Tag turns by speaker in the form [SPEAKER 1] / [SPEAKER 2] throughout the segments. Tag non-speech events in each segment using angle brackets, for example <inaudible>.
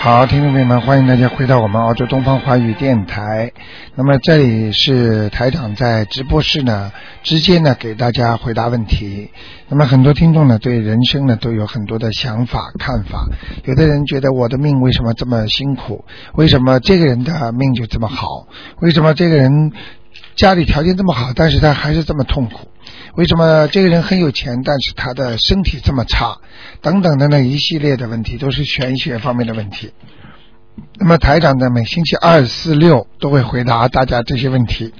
[SPEAKER 1] 好，听众朋友们，欢迎大家回到我们澳洲东方华语电台。那么这里是台长在直播室呢，直接呢给大家回答问题。那么很多听众呢对人生呢都有很多的想法看法，有的人觉得我的命为什么这么辛苦？为什么这个人的命就这么好？为什么这个人家里条件这么好，但是他还是这么痛苦？为什么这个人很有钱，但是他的身体这么差？等等等等一系列的问题，都是玄学方面的问题。那么台长呢，每星期二、四、六都会回答大家这些问题。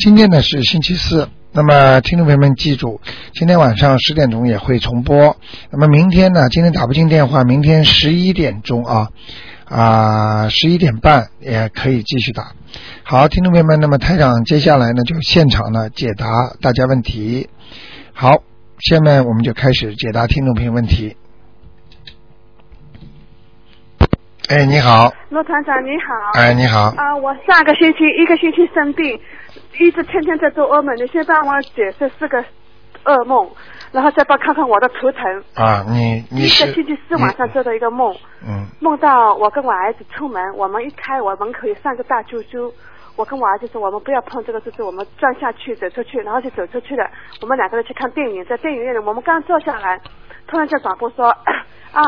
[SPEAKER 1] 今天呢是星期四，那么听众朋友们记住，今天晚上十点钟也会重播。那么明天呢，今天打不进电话，明天十一点钟啊啊十一点半也可以继续打。好，听众朋友们，那么台长接下来呢就现场呢解答大家问题。好，下面我们就开始解答听众朋友问题。哎，你好，
[SPEAKER 2] 罗团长你好。
[SPEAKER 1] 哎，你好，
[SPEAKER 2] 啊，我上个星期一个星期生病，一直天天在做噩梦。你先帮我解释四个噩梦，然后再帮看看我的图腾。
[SPEAKER 1] 啊，你
[SPEAKER 2] 一
[SPEAKER 1] 你
[SPEAKER 2] 个
[SPEAKER 1] 是
[SPEAKER 2] 星期四晚上做的一个梦，
[SPEAKER 1] 嗯
[SPEAKER 2] 梦到我跟我儿子出门，我们一开我门口有三个大猪猪，我跟我儿子说我们不要碰这个猪猪，我们转下去走出去，然后就走出去了。我们两个人去看电影，在电影院里我们刚坐下来，突然间广播说 <coughs> 啊，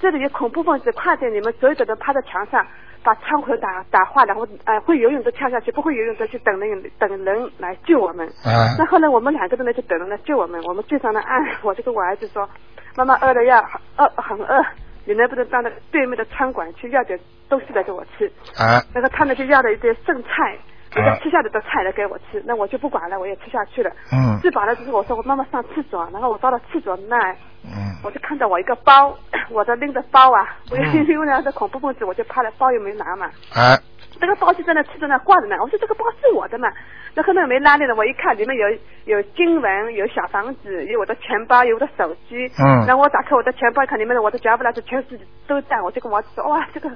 [SPEAKER 2] 这里有恐怖分子，快点你们所有的人趴在墙上。把窗口打打坏，然后呃会游泳的跳下去，不会游泳的去等人等人来救我们。
[SPEAKER 1] 啊
[SPEAKER 2] 那后来我们两个人呢就等着来救我们，我们非常的暗，啊 <coughs> 我就跟我儿子说，妈妈饿了要饿很饿，你能不能到那个对面的餐馆去要点东西来给我吃？
[SPEAKER 1] 啊
[SPEAKER 2] 那个他们就要了一点剩菜，
[SPEAKER 1] 啊
[SPEAKER 2] 人家吃下来的菜来给我吃，那我就不管了，我也吃下去了。
[SPEAKER 1] 嗯
[SPEAKER 2] 吃饱了之后，我说我妈妈上厕所，然后我到了厕所那，
[SPEAKER 1] 嗯
[SPEAKER 2] 我就看到我一个包， <coughs> 我的拎着包啊，我
[SPEAKER 1] 嗯
[SPEAKER 2] 因为那个恐怖分子，我就怕了包也没拿嘛。
[SPEAKER 1] 啊
[SPEAKER 2] 这个包就在那吃着呢，挂着呢。我说这个包是我的嘛，然后那个没拉链的，我一看里面有有经文，有小房子，有我的钱包，有我的手机。
[SPEAKER 1] 嗯
[SPEAKER 2] 然后我打开我的钱包，看里面的我的 Java 全是都在，我就跟我儿子说，哇，这个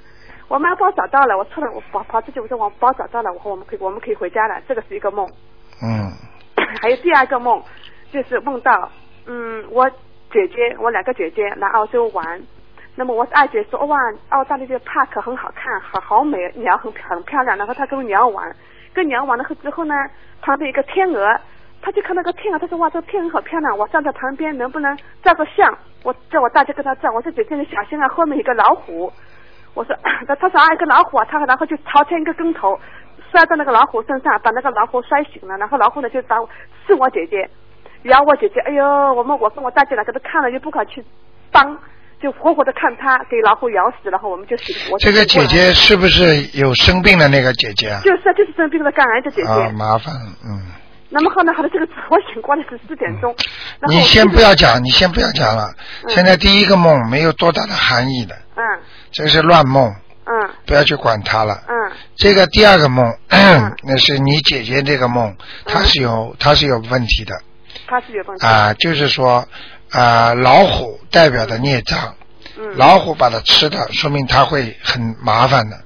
[SPEAKER 2] 我妈包找到了，我错了，我跑跑出去，我说我包找到了，我说我们可以我们可以回家了，这个是一个梦。
[SPEAKER 1] 嗯
[SPEAKER 2] 还有第二个梦，就是梦到，嗯，我姐姐，我两个姐姐来澳洲玩，那么我二姐说，哇，澳大利亚的 park 很好看，好好美，鸟很很漂亮，然后她跟鸟玩，跟鸟玩了之后呢，旁边有一个天鹅，她就看那个天鹅，她说，哇，这个天鹅好漂亮，我站在旁边能不能照个相？我叫我大姐跟她照，我说姐姐你小心啊，后面有个老虎。我说，他他说啊，一个老虎啊，他然后就朝天一个跟头摔到那个老虎身上，把那个老虎摔醒了，然后老虎呢就把我是我姐姐，咬我姐姐，哎呦，我们我跟我大姐两个都看了，又不敢去帮，就活活的看她给老虎咬死，然后我们就醒。我就
[SPEAKER 1] 这个
[SPEAKER 2] 醒
[SPEAKER 1] 姐
[SPEAKER 2] 过来
[SPEAKER 1] 姐是不是有生病的那个姐姐啊？
[SPEAKER 2] 就是啊就是生病了肝癌的姐姐，
[SPEAKER 1] 啊，麻烦，嗯，
[SPEAKER 2] 那么后呢，好的这个我醒过来是四点钟，然后
[SPEAKER 1] 你
[SPEAKER 2] 我
[SPEAKER 1] 先
[SPEAKER 2] 就
[SPEAKER 1] 不要讲，你先不要讲了。
[SPEAKER 2] 嗯
[SPEAKER 1] 现在第一个梦没有多大的含义的，
[SPEAKER 2] 嗯
[SPEAKER 1] 这是乱梦，
[SPEAKER 2] 嗯
[SPEAKER 1] 不要去管它了。
[SPEAKER 2] 嗯
[SPEAKER 1] 这个第二个梦，
[SPEAKER 2] 嗯
[SPEAKER 1] <clears throat> 那是你姐姐这个梦，它是有它是有问题的
[SPEAKER 2] 她是有帮助，
[SPEAKER 1] 啊，就是说啊，老虎代表的孽障，
[SPEAKER 2] 嗯，
[SPEAKER 1] 老虎把它吃了，说明它会很麻烦的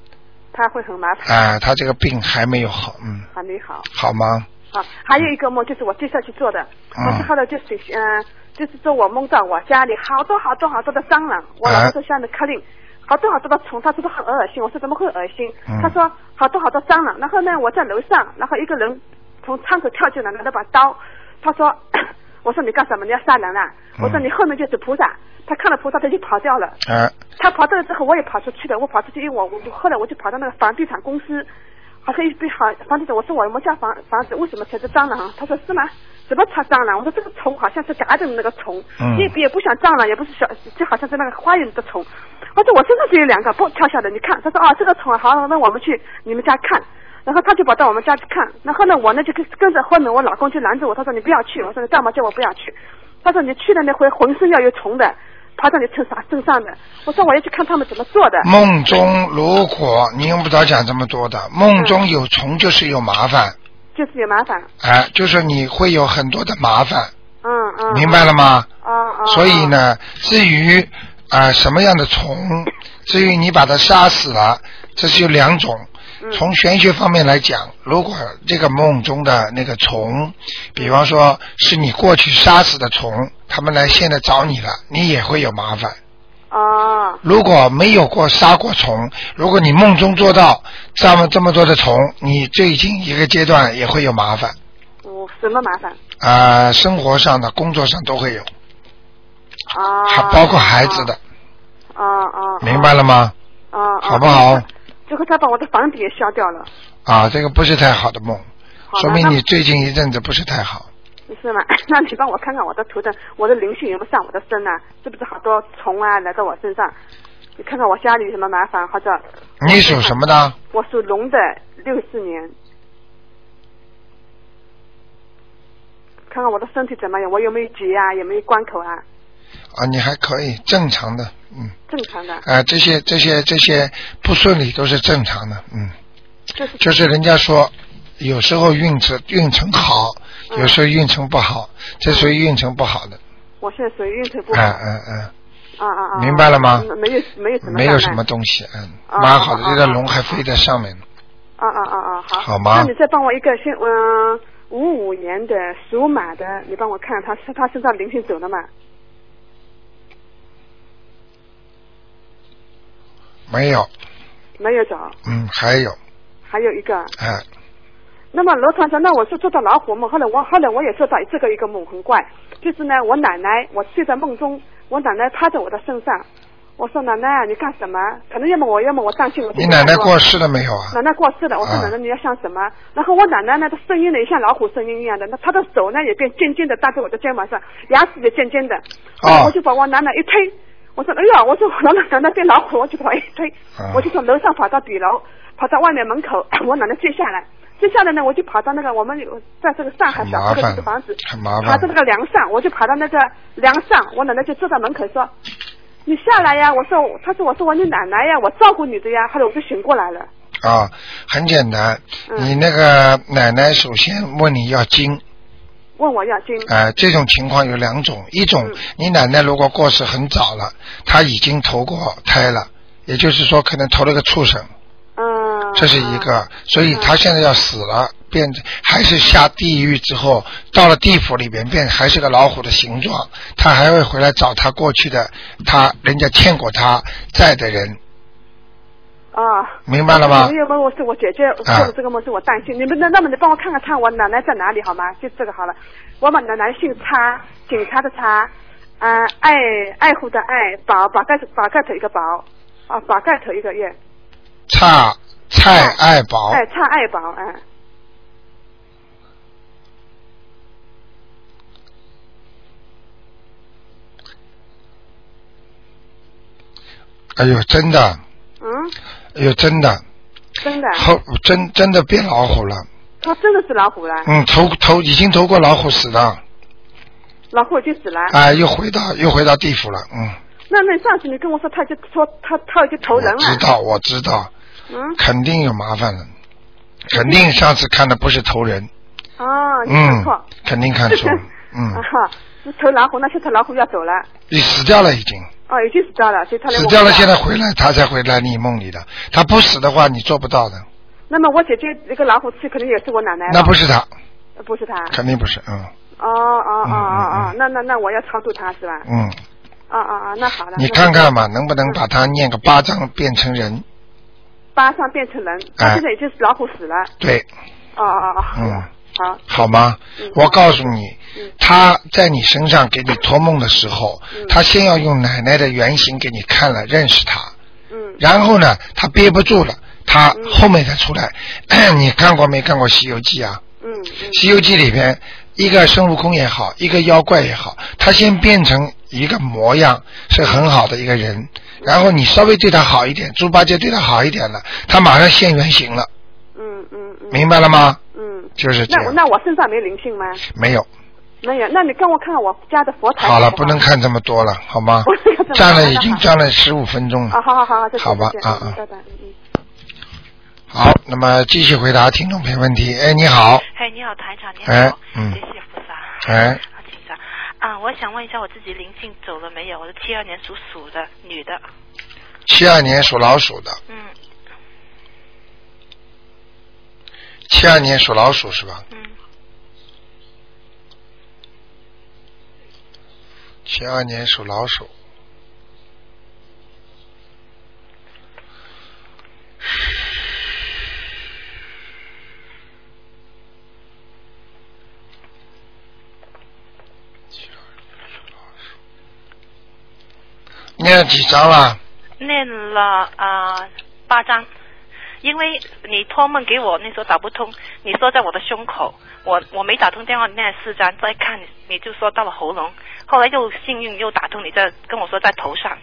[SPEAKER 2] 她会很麻烦，
[SPEAKER 1] 啊，它这个病还没有好，嗯，
[SPEAKER 2] 啊你好。
[SPEAKER 1] 好吗？
[SPEAKER 2] 啊，还有一个梦就是我接下去做的，
[SPEAKER 1] 嗯
[SPEAKER 2] 我是后来就是嗯、呃就是说我梦到我家里好多好多好多的蟑螂，我
[SPEAKER 1] 啊
[SPEAKER 2] 老公在下面客令。好多好多的虫，他说他很恶心，我说怎么会恶心？
[SPEAKER 1] 嗯
[SPEAKER 2] 他说好多好多蟑螂，然后呢，我在楼上，然后一个人从窗口跳进来，拿了把刀，他说，我说你干什么？你要杀人啊？
[SPEAKER 1] 嗯
[SPEAKER 2] 我说你后面就是菩萨，他看了菩萨他就跑掉了。
[SPEAKER 1] 啊，
[SPEAKER 2] 他跑掉了之后，我也跑出去了。我跑出去，因为我我后来我就跑到那个房地产公司，好像一被房房地产，我说我们家房房子为什么全是蟑螂？他说是吗？什么蟑蟑螂？我说这个虫好像是嘎的那个虫，
[SPEAKER 1] 嗯
[SPEAKER 2] 也也不像蟑螂，也不是小，就好像是那个花园里的虫。我说我身上就有两个，不跳下来，你看。他说哦，这个虫啊，好，那我们去你们家看。然后他就跑到我们家去看，然后呢，我呢就跟跟着后面我老公就拦着我，他说你不要去，我说你干嘛叫我不要去？他说你去了那回浑身要有虫的，爬到你身上身上的。我说我要去看他们怎么做的。
[SPEAKER 1] 梦中如果你用不着讲这么多的，梦中有虫就是有麻烦，
[SPEAKER 2] 就是有麻烦。
[SPEAKER 1] 啊，就是你会有很多的麻烦，
[SPEAKER 2] 嗯嗯。
[SPEAKER 1] 明白了吗？
[SPEAKER 2] 嗯。嗯嗯。
[SPEAKER 1] 所以呢，至于啊、什么样的虫，至于你把它杀死了，这是有两种。
[SPEAKER 2] 嗯
[SPEAKER 1] 从玄学方面来讲，如果这个梦中的那个虫，比方说是你过去杀死的虫，他们来现在找你了，你也会有麻烦，
[SPEAKER 2] 嗯？哦，
[SPEAKER 1] 如果没有过杀过虫，如果你梦中做到杀了这么多的虫，你最近一个阶段也会有麻烦
[SPEAKER 3] 嗯
[SPEAKER 2] 我什么麻烦？
[SPEAKER 1] 啊、生活上的、工作上都会有，
[SPEAKER 2] 啊，
[SPEAKER 1] 还包括孩子的，
[SPEAKER 2] 啊。啊啊，
[SPEAKER 1] 明白了吗？
[SPEAKER 2] 啊。啊
[SPEAKER 1] 好不好？
[SPEAKER 2] 最后他把我的房子也烧掉了，
[SPEAKER 1] 啊，这个不是太好的梦，
[SPEAKER 2] 好
[SPEAKER 1] 说
[SPEAKER 2] 了
[SPEAKER 1] 明
[SPEAKER 2] 那
[SPEAKER 1] 你最近一阵子不是太好。
[SPEAKER 2] 是吗？ <laughs> 那你帮我看看我的图腾，我的灵性有没有上我的身呢、啊是不是好多虫啊来到我身上？你看看我家里有什么麻烦，或者
[SPEAKER 1] 你属什么的？啊
[SPEAKER 2] 我属龙的，六四年，看看我的身体怎么样，我有没有结啊，有没有关口啊？
[SPEAKER 1] 啊，你还可以，正常的，嗯，
[SPEAKER 2] 正常的，
[SPEAKER 1] 啊，这些这些这些不顺利都是正常的，嗯，
[SPEAKER 2] 就是
[SPEAKER 1] 就是人家说，有时候运程运程好，
[SPEAKER 2] 嗯
[SPEAKER 1] 有时候运程不好，这属于运程不好的，
[SPEAKER 2] 我现在属于运程不
[SPEAKER 1] 嗯
[SPEAKER 2] 好，
[SPEAKER 1] 嗯嗯，
[SPEAKER 2] 啊啊啊！
[SPEAKER 1] 明白了吗
[SPEAKER 2] 嗯没有没有什么，
[SPEAKER 1] 没有什么。东西，嗯，
[SPEAKER 2] 哦
[SPEAKER 1] 蛮好的，
[SPEAKER 2] 哦
[SPEAKER 1] 这个
[SPEAKER 2] 哦
[SPEAKER 1] 龙还飞在上面呢，
[SPEAKER 2] 啊啊啊啊！好。
[SPEAKER 1] 好吗
[SPEAKER 2] 那你再帮我一个，先嗯，五五年的属马的，你帮我看他是他身上灵性走了吗？
[SPEAKER 1] 没有，
[SPEAKER 2] 没有走，
[SPEAKER 1] 嗯，还有，
[SPEAKER 2] 还有一个。
[SPEAKER 1] 哎，
[SPEAKER 2] 那么罗团长，那我是做到老虎梦，后来我后来我也做到这个一个梦，很怪，就是呢，我奶奶，我睡在梦中，我奶奶趴在我的身上，我说奶奶你干什么？可能要么我要么我担心我。
[SPEAKER 1] 你奶奶过。世了没有啊？
[SPEAKER 2] 奶奶过世了，我说
[SPEAKER 1] 啊
[SPEAKER 2] 奶奶你要想什么？然后我奶奶呢，她声音呢也像老虎声音一样的，那她的手呢也变尖尖的搭在我的肩膀上，牙齿也尖尖的，
[SPEAKER 1] 啊
[SPEAKER 2] 然后我就把我奶奶一推，我说哎呀，我说我奶奶奶奶变老虎，我就把她一推，
[SPEAKER 1] 啊
[SPEAKER 2] 我就从楼上跑到底楼，跑到外面门口，我奶奶接下来。接下来呢，我就跑到那个我们有在这个上海
[SPEAKER 1] 很
[SPEAKER 2] 小
[SPEAKER 1] 麻
[SPEAKER 2] 区的这
[SPEAKER 1] 烦
[SPEAKER 2] 个房子，，
[SPEAKER 1] 很麻
[SPEAKER 2] 爬
[SPEAKER 1] 烦
[SPEAKER 2] 到，那个梁上，我就爬到那个梁上，我奶奶就坐在门口说：“你下来呀！”我说：“她说我是我你奶奶呀，我照顾你的呀。”后来我就醒过来了。
[SPEAKER 1] 啊，很简单，
[SPEAKER 2] 嗯
[SPEAKER 1] 你那个奶奶首先问你要经，
[SPEAKER 2] 问我要经
[SPEAKER 1] 啊、这种情况有两种，一种
[SPEAKER 2] 嗯
[SPEAKER 1] 你奶奶如果过世很早了，她已经投过胎了，也就是说可能投了个畜生，
[SPEAKER 2] 嗯，
[SPEAKER 1] 这是一个，所以她现在要死了，变还是下地狱之后到了地府里边变还是个老虎的形状，她还会回来找她过去的她人家欠过她债的人，
[SPEAKER 2] 啊。
[SPEAKER 1] 明白了吗啊
[SPEAKER 2] 因？为我是我姐姐做了这个梦，是我担心。你们那那么你帮我看看看我奶奶在哪里好吗？就这个好了。我把奶奶姓查，警察的查，嗯、爱爱护的爱，宝宝盖宝盖头一个宝，啊，宝盖头一个月，
[SPEAKER 1] 差蔡爱宝，
[SPEAKER 2] 爱差爱宝，嗯，
[SPEAKER 1] 哎呦，真的，
[SPEAKER 2] 嗯，
[SPEAKER 1] 哎呦，真的，
[SPEAKER 2] 真的，
[SPEAKER 1] 后真真的变老虎了，
[SPEAKER 2] 他真的是老虎了，
[SPEAKER 1] 嗯，投投已经投过老虎死的。
[SPEAKER 2] 啊老虎已经死了。
[SPEAKER 1] 啊，又回到又回到地府了，嗯，
[SPEAKER 2] 那那上次你跟我说他就说他他已经投人
[SPEAKER 1] 我知
[SPEAKER 2] 了，
[SPEAKER 1] 道，我知道，
[SPEAKER 2] 嗯，
[SPEAKER 1] 肯定有麻烦了，肯定上次看的不是头人，
[SPEAKER 2] 啊，你看
[SPEAKER 1] 嗯
[SPEAKER 2] 错。，
[SPEAKER 1] 肯定看
[SPEAKER 2] <laughs>
[SPEAKER 1] 错了，嗯
[SPEAKER 2] 啊，哈，那头老虎，那现在老虎要走了，
[SPEAKER 1] 你死掉了已经，
[SPEAKER 2] 哦，已经死掉了，所以他来
[SPEAKER 1] 死
[SPEAKER 2] 我
[SPEAKER 1] 掉了，
[SPEAKER 2] 家
[SPEAKER 1] 现在回来他才回来你梦里的，他不死的话你做不到的，
[SPEAKER 2] 那么我姐姐那个老虎吃，肯定也是我奶奶了。
[SPEAKER 1] 那不是
[SPEAKER 2] 啊
[SPEAKER 1] 他，
[SPEAKER 2] 不是她。
[SPEAKER 1] 肯定不是，嗯
[SPEAKER 2] 哦哦哦
[SPEAKER 1] 嗯嗯
[SPEAKER 2] 哦哦
[SPEAKER 1] 嗯，
[SPEAKER 2] 那那那我要超度她是吧？
[SPEAKER 1] 嗯，
[SPEAKER 2] 哦哦哦，那好了。
[SPEAKER 1] 你看看嘛，能不能把他念个八章变成人？
[SPEAKER 2] 巴上变成人，
[SPEAKER 1] 哎
[SPEAKER 2] 她现在已经是老虎死了。
[SPEAKER 1] 对，
[SPEAKER 2] 哦哦哦哦。
[SPEAKER 1] 嗯
[SPEAKER 2] 好。
[SPEAKER 1] 好吗
[SPEAKER 2] 嗯？
[SPEAKER 1] 我告诉你
[SPEAKER 2] 嗯，
[SPEAKER 1] 他在你身上给你托梦的时候
[SPEAKER 2] 嗯，
[SPEAKER 1] 他先要用奶奶的原型给你看了，认识他，
[SPEAKER 2] 嗯。
[SPEAKER 1] 然后呢，他憋不住了，他后面才出来。 <clears throat> 你看过没看过《西游记》啊？
[SPEAKER 2] 嗯嗯
[SPEAKER 1] 《西游记》里边，一个孙悟空也好，一个妖怪也好，他先变成一个模样，是很好的一个人。然后你稍微对他好一点，猪八戒对他好一点了，他马上现原形了，
[SPEAKER 2] 嗯嗯嗯。
[SPEAKER 1] 明白了吗？
[SPEAKER 2] 嗯。
[SPEAKER 1] 就是这
[SPEAKER 2] 那我
[SPEAKER 1] 样，
[SPEAKER 2] 那我身上没灵性吗？
[SPEAKER 1] 没有。
[SPEAKER 2] 没有。那你跟我看看我家的佛台
[SPEAKER 1] 好了，
[SPEAKER 2] 不
[SPEAKER 1] 不能看这么多了，好吗
[SPEAKER 2] 不能看这么？多
[SPEAKER 1] 站了已
[SPEAKER 2] 好的
[SPEAKER 1] 经
[SPEAKER 2] 好
[SPEAKER 1] 站了十五分钟
[SPEAKER 2] 啊，
[SPEAKER 1] 了。
[SPEAKER 2] 好好好好，再见
[SPEAKER 1] 好吧
[SPEAKER 2] 再见
[SPEAKER 1] 啊啊
[SPEAKER 2] 嗯拜拜，嗯嗯。
[SPEAKER 1] 好，那么继续回答听众朋友问题。哎，你好，
[SPEAKER 4] 嗨，你好，台长，你
[SPEAKER 1] 哎
[SPEAKER 4] 好，
[SPEAKER 1] 嗯
[SPEAKER 4] 谢谢菩萨，
[SPEAKER 1] 哎，
[SPEAKER 4] 好紧张啊！我想问一下，我自己灵性走了没有？我是七二年属鼠的女的，
[SPEAKER 1] 七二年属老鼠的，
[SPEAKER 4] 嗯
[SPEAKER 1] 七二年属老鼠是吧？
[SPEAKER 4] 嗯，
[SPEAKER 1] 七二年属老鼠，念了几张了？
[SPEAKER 4] 念了啊、呃八张，因为你托梦给我那时候打不通，你说在我的胸口，我我没打通电话，你念了四张，再看你你就说到了喉咙，后来又幸运又打通，你在跟我说在头上，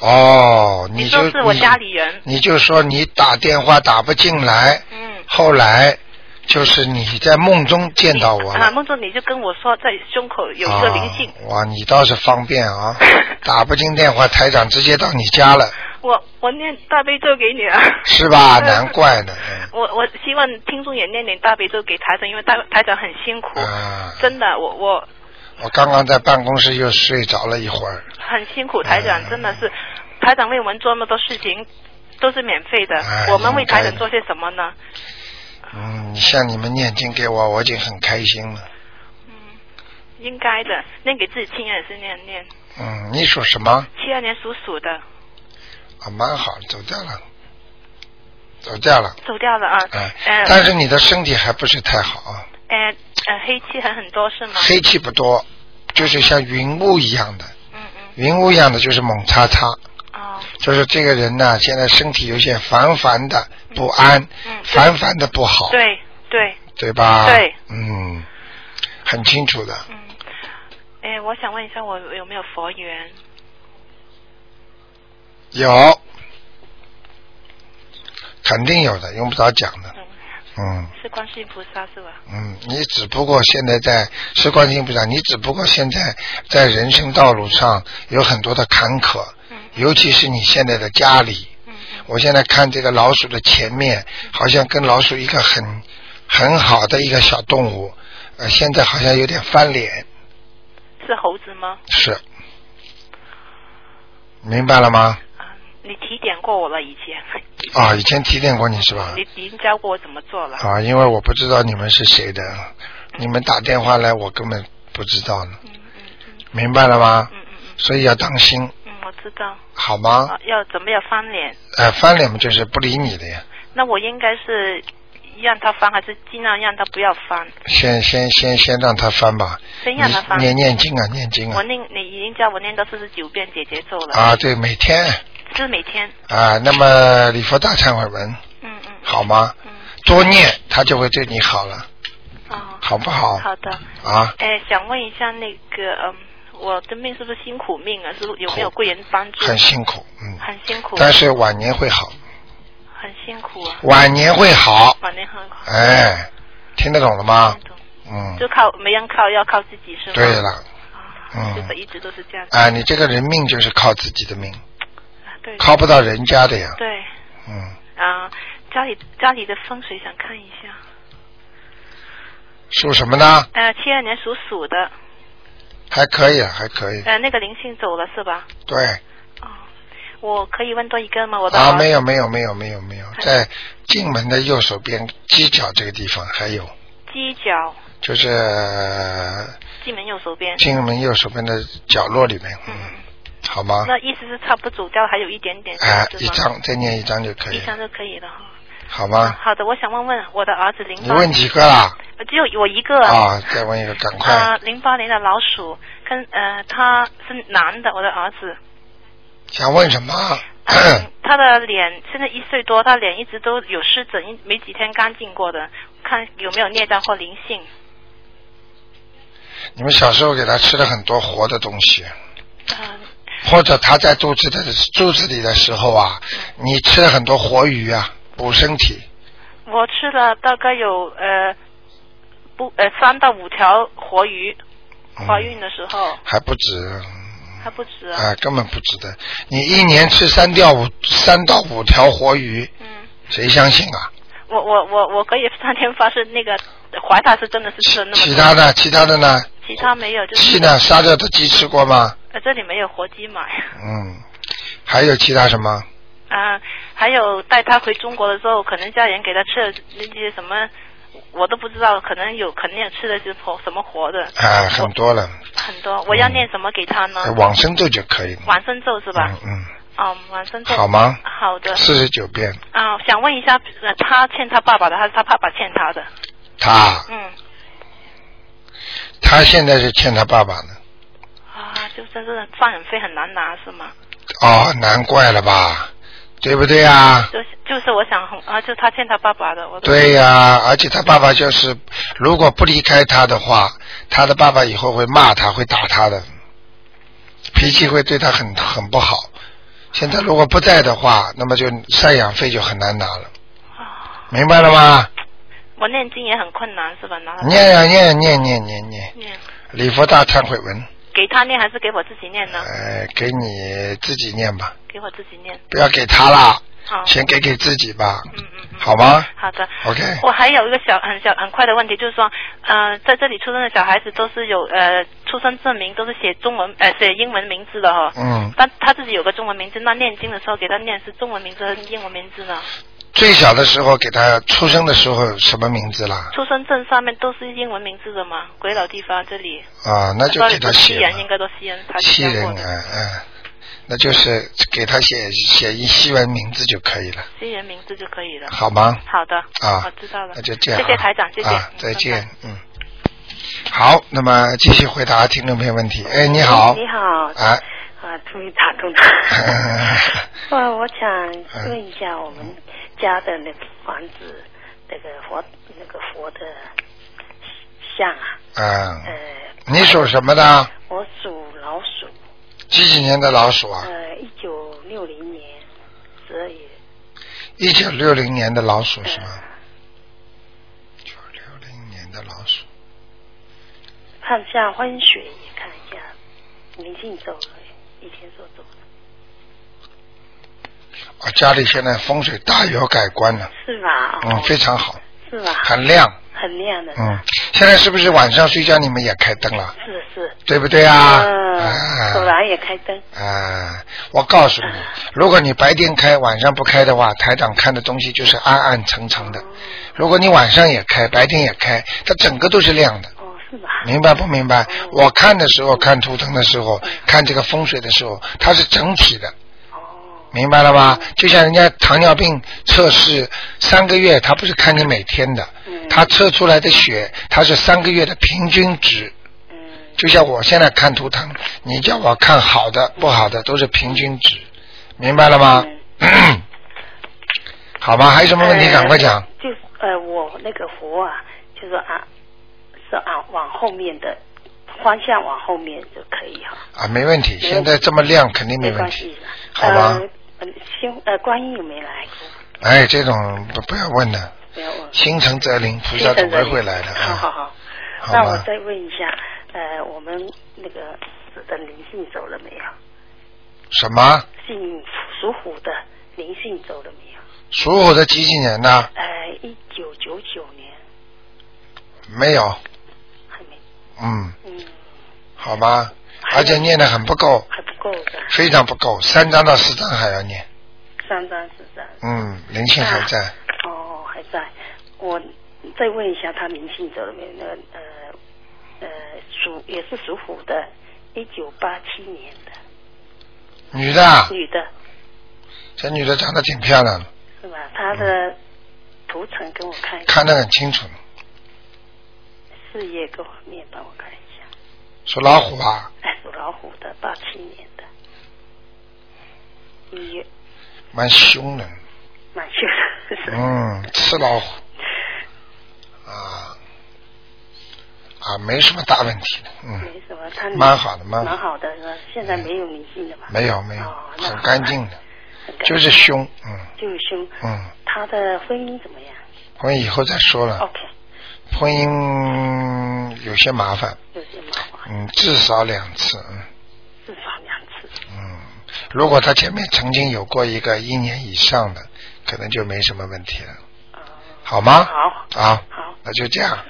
[SPEAKER 1] 哦，你就
[SPEAKER 4] 说是我家里人，
[SPEAKER 1] 你，你就说你打电话打不进来，
[SPEAKER 4] 嗯。
[SPEAKER 1] 后来就是你在梦中见到我
[SPEAKER 4] 啊，
[SPEAKER 1] 了。
[SPEAKER 4] 梦中你就跟我说在胸口有一个灵性，
[SPEAKER 1] 啊哇，你倒是方便
[SPEAKER 4] <laughs>
[SPEAKER 1] 啊！打不进电话，台长直接到你家了，
[SPEAKER 4] 我我念大悲咒给你啊。
[SPEAKER 1] 是
[SPEAKER 4] <laughs>
[SPEAKER 1] 吧？
[SPEAKER 4] 嗯
[SPEAKER 1] 难怪呢。嗯
[SPEAKER 4] <laughs> 我我希望听众也念念大悲咒给台长，因为大台长很辛苦，
[SPEAKER 1] 啊，
[SPEAKER 4] 真的，我我
[SPEAKER 1] 我刚刚在办公室又睡着了一会儿。
[SPEAKER 4] 很辛苦，台长
[SPEAKER 1] 嗯
[SPEAKER 4] 真的是，台长为我们做那么多事情都是免费的，
[SPEAKER 1] 哎
[SPEAKER 4] 我们为
[SPEAKER 1] 应该
[SPEAKER 4] 台
[SPEAKER 1] 的
[SPEAKER 4] 长做些什么呢？
[SPEAKER 1] 嗯，像你们念经给我，我已经很开心了。
[SPEAKER 4] 嗯，应该的，念给自己亲人也是念念。
[SPEAKER 1] 嗯，你属什么？
[SPEAKER 4] 七二年属鼠的
[SPEAKER 1] 啊，蛮好，走掉了，走掉了。
[SPEAKER 4] 走掉了啊，
[SPEAKER 1] 哎，
[SPEAKER 4] 呃
[SPEAKER 1] 但是你的身体还不是太好啊，
[SPEAKER 4] 呃呃，黑气还很多是吗？
[SPEAKER 1] 黑气不多，就是像云雾一样的，
[SPEAKER 4] 嗯嗯，
[SPEAKER 1] 云雾一样的就是猛擦擦，
[SPEAKER 4] 哦，
[SPEAKER 1] 就是这个人呢，现在身体有些烦烦的不安，
[SPEAKER 4] 嗯，对
[SPEAKER 1] 烦烦的不好，
[SPEAKER 4] 对对，
[SPEAKER 1] 对吧？
[SPEAKER 4] 对，
[SPEAKER 1] 嗯，很清楚的，
[SPEAKER 4] 嗯，哎，我想问一下，我有没有佛缘？
[SPEAKER 1] 有，肯定有的，用不着讲的，
[SPEAKER 4] 嗯，
[SPEAKER 1] 嗯。
[SPEAKER 4] 是观世音菩萨是吧？
[SPEAKER 1] 嗯，你只不过现在在是观世音菩萨，你只不过现在在人生道路上有很多的坎坷，
[SPEAKER 4] 嗯
[SPEAKER 1] 尤其是你现在的家里。
[SPEAKER 4] 嗯嗯
[SPEAKER 1] 我现在看这个老鼠的前面，好像跟老鼠一个很很好的一个小动物，呃，现在好像有点翻脸，
[SPEAKER 4] 是猴子吗？
[SPEAKER 1] 是，明白了吗？
[SPEAKER 4] 啊，你提点过我了，以前，
[SPEAKER 1] 啊、以前提点过你是吧？
[SPEAKER 4] <laughs> 你已经教过我怎么做了。
[SPEAKER 1] 啊，因为我不知道你们是谁的，你们打电话来我根本不知道呢，
[SPEAKER 4] 嗯嗯嗯
[SPEAKER 1] 明白了吗？
[SPEAKER 4] 嗯嗯
[SPEAKER 1] 所以要当心，
[SPEAKER 4] 嗯嗯，我知道。
[SPEAKER 1] 好吗
[SPEAKER 4] 啊？，要怎么样翻脸？
[SPEAKER 1] 呃，翻脸嘛就是不理你的呀，
[SPEAKER 4] 那我应该是让他翻，还是尽量让他不要翻？
[SPEAKER 1] 先先先先让他翻吧，
[SPEAKER 4] 先
[SPEAKER 1] 你
[SPEAKER 4] 让他翻。
[SPEAKER 1] 念念经啊，念经
[SPEAKER 4] 我
[SPEAKER 1] 啊，
[SPEAKER 4] 念，你已经教我念到四十九遍姐姐咒了，
[SPEAKER 1] 啊，对，每天
[SPEAKER 4] 是每天。
[SPEAKER 1] 啊，那么礼佛大忏悔文
[SPEAKER 4] 嗯嗯。
[SPEAKER 1] 好吗？
[SPEAKER 4] 嗯。
[SPEAKER 1] 多念，他就会对你好了，
[SPEAKER 4] 哦。
[SPEAKER 1] 好不好？
[SPEAKER 4] 好的。
[SPEAKER 1] 啊，
[SPEAKER 4] 哎，想问一下那个，嗯，我的命是不是辛苦命啊？是不是有没有
[SPEAKER 1] 苦
[SPEAKER 4] 贵人帮助？啊
[SPEAKER 1] 很辛苦，嗯，
[SPEAKER 4] 很辛苦，啊
[SPEAKER 1] 但是晚年会好，
[SPEAKER 4] 很辛苦啊。
[SPEAKER 1] 晚年会好，
[SPEAKER 4] 晚年很好。
[SPEAKER 1] 哎，听得懂了吗
[SPEAKER 4] 那？种
[SPEAKER 1] 嗯，
[SPEAKER 4] 就靠没人靠，要靠自己是吗？
[SPEAKER 1] 对了，
[SPEAKER 4] 啊，
[SPEAKER 1] 嗯
[SPEAKER 4] 就是一直都是这样。
[SPEAKER 1] 啊，你这个人命就是靠自己的命，
[SPEAKER 4] 对。
[SPEAKER 1] 靠不到人家的呀，
[SPEAKER 4] 对
[SPEAKER 1] 嗯，
[SPEAKER 4] 啊，家里家里的风水想看一下。
[SPEAKER 1] 属什么呢？
[SPEAKER 4] 呃，七二年属鼠的，
[SPEAKER 1] 还可以，啊还可以，
[SPEAKER 4] 呃，那个灵性走了是吧？
[SPEAKER 1] 对。
[SPEAKER 4] 哦，我可以问多一个吗？我的
[SPEAKER 1] 啊，
[SPEAKER 4] 儿
[SPEAKER 1] 没有没有没有没有没有，
[SPEAKER 4] 还
[SPEAKER 1] 在进门的右手边犄角这个地方，还有
[SPEAKER 4] 犄角，
[SPEAKER 1] 就是呃
[SPEAKER 4] 进门右手边。
[SPEAKER 1] 进门右手边的角落里面，
[SPEAKER 4] 嗯，
[SPEAKER 1] 嗯，好吗？
[SPEAKER 4] 那意思是差不多走掉，还有一点点，
[SPEAKER 1] 哎，
[SPEAKER 4] 是
[SPEAKER 1] 一
[SPEAKER 4] 吗？
[SPEAKER 1] 张再念一张就可以
[SPEAKER 4] 一
[SPEAKER 1] 了，
[SPEAKER 4] 张就可以了哈。
[SPEAKER 1] 好
[SPEAKER 4] 啊
[SPEAKER 1] 吗？
[SPEAKER 4] 好的，我想问问我的儿子零
[SPEAKER 1] 你
[SPEAKER 4] 八
[SPEAKER 1] 问几个啦？
[SPEAKER 4] 只有我一个
[SPEAKER 1] 啊，再问一个，赶快，
[SPEAKER 4] 呃，零八年的老鼠，跟呃，他是男的，我的儿子，
[SPEAKER 1] 想问什么？
[SPEAKER 4] 嗯他的脸现在一岁多，他脸一直都有湿疹，一没几天干净过的，看有没有孽障或灵性。
[SPEAKER 1] 你们小时候给他吃了很多活的东西，
[SPEAKER 4] 嗯、
[SPEAKER 1] 或者他在肚子的肚子里的时候啊，你吃了很多活鱼啊，补身体。
[SPEAKER 4] 我吃了大概有呃不呃三到五条活鱼，
[SPEAKER 1] 嗯
[SPEAKER 4] 怀孕的时候、
[SPEAKER 1] 还不止，
[SPEAKER 4] 还不止啊。
[SPEAKER 1] 啊，根本不值得。你一年吃三到五三到五条活鱼，
[SPEAKER 4] 嗯，
[SPEAKER 1] 谁相信啊？
[SPEAKER 4] 我我我我可以三天发誓，那个怀他是真的是吃了那么
[SPEAKER 1] 其
[SPEAKER 4] 多，
[SPEAKER 1] 他的其他的呢？
[SPEAKER 4] 其他没有，就
[SPEAKER 1] 鸡
[SPEAKER 4] 是
[SPEAKER 1] 呢？杀掉的鸡吃过吗？
[SPEAKER 4] 呃这里没有活鸡买。
[SPEAKER 1] 嗯，还有其他什么？
[SPEAKER 4] 啊，还有带他回中国的时候，可能家人给他吃了那些什么，我都不知道，可能有肯定吃的是活什么活的
[SPEAKER 1] 啊，
[SPEAKER 4] 我
[SPEAKER 1] 很多了，
[SPEAKER 4] 很多。我要念什么给他呢？
[SPEAKER 1] 嗯呃往生咒就可以了。
[SPEAKER 4] 嗯往生咒是吧？
[SPEAKER 1] 嗯嗯，
[SPEAKER 4] 嗯，晚上再
[SPEAKER 1] 好吗
[SPEAKER 4] 好的。
[SPEAKER 1] 四十九遍，
[SPEAKER 4] 啊、想问一下，呃他欠他爸爸的，还是他爸爸欠他的？
[SPEAKER 1] 他
[SPEAKER 4] 嗯，
[SPEAKER 1] 他现在是欠他爸爸的，
[SPEAKER 4] 啊，就真是赡养费很难拿是吗？
[SPEAKER 1] 哦，难怪了吧，对不对啊？
[SPEAKER 4] 就是就是我想很啊，就他欠他爸爸的，我都
[SPEAKER 1] 对呀、而且他爸爸就是，如果不离开他的话，他的爸爸以后会骂他，会打他的，脾气会对他很很不好。现在如果不在的话，那么就赡养费就很难拿了，
[SPEAKER 4] 啊，
[SPEAKER 1] 明白了吗？
[SPEAKER 4] 我念经也很困难是吧？拿他
[SPEAKER 1] 念呀、念念念念念，
[SPEAKER 4] 念，
[SPEAKER 1] 礼佛大忏悔文，
[SPEAKER 4] 给他念还是给我自己念呢？
[SPEAKER 1] 哎，给你自己念吧，
[SPEAKER 4] 给我自己念。
[SPEAKER 1] 不要给他啦，
[SPEAKER 4] 好，
[SPEAKER 1] 先给给自己吧，
[SPEAKER 4] 嗯嗯嗯，
[SPEAKER 1] 好吗
[SPEAKER 4] 好的。
[SPEAKER 1] ？OK，
[SPEAKER 4] 我还有一个小很小很快的问题，就是说，呃，在这里出生的小孩子都是有呃出生证明都是写中文呃写英文名字的哈、哦，
[SPEAKER 1] 嗯。
[SPEAKER 4] 但他自己有个中文名字，那念经的时候给他念是中文名字还是英文名字呢？
[SPEAKER 1] 啊最小的时候给他出生的时候什么名字啦？
[SPEAKER 4] 出生证上面都是英文名字的嘛？鬼佬地方这里，
[SPEAKER 1] 啊，那就给他
[SPEAKER 4] 西
[SPEAKER 1] 写
[SPEAKER 4] 人应
[SPEAKER 1] 吧
[SPEAKER 4] 该都西人才
[SPEAKER 1] 西
[SPEAKER 4] 听
[SPEAKER 1] 人
[SPEAKER 4] 过
[SPEAKER 1] 啊，
[SPEAKER 4] 的，
[SPEAKER 1] 嗯，那就是给他写写一西文名字就可以了，
[SPEAKER 4] 西人名字就可以了。
[SPEAKER 1] 好吗？
[SPEAKER 4] 好的，
[SPEAKER 1] 啊
[SPEAKER 4] 我知道了
[SPEAKER 1] 那。就这样、啊。
[SPEAKER 4] 谢谢台长谢谢
[SPEAKER 1] 啊
[SPEAKER 4] 嗯，
[SPEAKER 1] 再
[SPEAKER 4] 拜
[SPEAKER 1] 见，嗯。好，那么继续回答听众朋友问
[SPEAKER 4] 嗯
[SPEAKER 1] 题。哎，你好，
[SPEAKER 5] 你好，
[SPEAKER 1] 啊，
[SPEAKER 5] 啊，终于打通了。
[SPEAKER 1] <laughs>
[SPEAKER 5] 哇，我想问一下我们家的那个房子，那个佛那个佛的像啊，
[SPEAKER 1] 嗯，
[SPEAKER 5] 呃，
[SPEAKER 1] 你属什么
[SPEAKER 4] 嗯
[SPEAKER 1] 的？
[SPEAKER 5] 我属老鼠，
[SPEAKER 1] 几几年的老鼠
[SPEAKER 4] 嗯
[SPEAKER 1] 啊？
[SPEAKER 5] 呃，一九六零年十二月，
[SPEAKER 1] 一九六零年的老鼠是吗？
[SPEAKER 5] 呃，
[SPEAKER 4] 嗯
[SPEAKER 1] 一九六零年的老鼠，
[SPEAKER 5] 看一下婚学也看一下，灵性走了，以前说走了，
[SPEAKER 1] 我家里现在风水大有改观了，
[SPEAKER 5] 是吧？
[SPEAKER 1] 嗯，非常好，
[SPEAKER 5] 是吧？
[SPEAKER 1] 很亮。
[SPEAKER 5] 很亮的，
[SPEAKER 1] 嗯，现在是不是晚上睡觉你们也开灯了，
[SPEAKER 5] 是是。
[SPEAKER 1] 对不对啊？
[SPEAKER 5] 嗯，走
[SPEAKER 1] 啊
[SPEAKER 5] 廊也开灯，
[SPEAKER 1] 啊！我告诉你，如果你白天开，晚上不开的话，台长看的东西就是暗暗沉沉的。如果你晚上也开，白天也开，它整个都是亮的，
[SPEAKER 5] 哦，是吧？
[SPEAKER 1] 明白不明白？
[SPEAKER 5] 嗯
[SPEAKER 1] 我看的时候，看图腾的时候，看这个风水的时候，它是整体的，
[SPEAKER 5] 哦，
[SPEAKER 1] 明白了吧？就像人家糖尿病测试三个月，他不是看你每天的，
[SPEAKER 5] 嗯
[SPEAKER 1] 他测出来的血，它是三个月的平均值。
[SPEAKER 5] 嗯，
[SPEAKER 1] 就像我现在看图腾，你叫我看好的、不好的都是平均值，明白了吗？ <clears throat> 好吧，还有什么问题
[SPEAKER 5] 嗯呃
[SPEAKER 1] 赶快讲。
[SPEAKER 5] 就是呃，我那个佛啊，就是啊，是啊，往后面的方向往后面就可以哈，
[SPEAKER 1] 啊，没问题，
[SPEAKER 5] 没问题
[SPEAKER 1] 现在这么亮肯定没问
[SPEAKER 5] 关
[SPEAKER 1] 题。
[SPEAKER 5] 系的。
[SPEAKER 1] 好吧
[SPEAKER 5] 呃呃，星呃，观音有没有来过？
[SPEAKER 1] 哎，这种不不要问的，
[SPEAKER 5] 不要问。
[SPEAKER 1] 心诚则灵，菩萨总归会来的。
[SPEAKER 5] 好好
[SPEAKER 1] 啊，
[SPEAKER 5] 好，
[SPEAKER 1] 好
[SPEAKER 5] 那
[SPEAKER 1] 吧
[SPEAKER 5] 我再问一下，呃，我们那个死的灵性走了没有？
[SPEAKER 1] 什么
[SPEAKER 5] 姓属虎的灵性走了没有？
[SPEAKER 1] 属虎的几几年呢？
[SPEAKER 5] 呃，一九九九年
[SPEAKER 1] 没有，
[SPEAKER 5] 还没，
[SPEAKER 1] 嗯，
[SPEAKER 5] 嗯，
[SPEAKER 1] 好吧，
[SPEAKER 5] 还有
[SPEAKER 1] 而且念的很不够，
[SPEAKER 5] 还不够的，
[SPEAKER 1] 非常不够，三张到四张还要念。
[SPEAKER 5] 三张四张。
[SPEAKER 1] 嗯，灵性还在，
[SPEAKER 5] 哦，还在。我再问一下他灵性走了没有？那个呃呃属也是属虎的，一九八七年的
[SPEAKER 1] 女的啊，
[SPEAKER 5] 女的，
[SPEAKER 1] 这女的长得挺漂亮的。
[SPEAKER 5] 是吧？她
[SPEAKER 1] 嗯
[SPEAKER 5] 的图层跟我看一下，
[SPEAKER 1] 看得很清楚，
[SPEAKER 5] 事业各方面帮我看一下。
[SPEAKER 1] 属老虎啊，
[SPEAKER 5] 哎，属老虎的，八七年的，一月
[SPEAKER 1] 蛮凶的，
[SPEAKER 5] 蛮秀的，是吧
[SPEAKER 1] 嗯，吃老虎啊啊，没什么大问题的，嗯，
[SPEAKER 5] 没什么，他
[SPEAKER 1] 蛮好的，嗯蛮
[SPEAKER 5] 蛮
[SPEAKER 1] 好的，
[SPEAKER 5] 好的，是吧？现在没有灵性的吧？
[SPEAKER 1] 没有没有
[SPEAKER 5] 哦，那
[SPEAKER 1] 很
[SPEAKER 5] 好
[SPEAKER 1] 干净的，
[SPEAKER 5] 很干
[SPEAKER 1] 就是凶，嗯
[SPEAKER 5] 就是凶。
[SPEAKER 1] 嗯，
[SPEAKER 5] 他的婚姻怎么样
[SPEAKER 1] 我们以后再说了，
[SPEAKER 5] ？OK，
[SPEAKER 1] 婚姻有些麻烦，
[SPEAKER 5] 有些麻烦，
[SPEAKER 1] 嗯，至少两次，嗯
[SPEAKER 5] 至少两次。
[SPEAKER 1] 嗯，如果他前面曾经有过一个一年以上的，可能就没什么问题了，
[SPEAKER 5] 啊，
[SPEAKER 1] 好吗？
[SPEAKER 5] 好，
[SPEAKER 1] 啊，
[SPEAKER 5] 好，
[SPEAKER 1] 那就这样。啊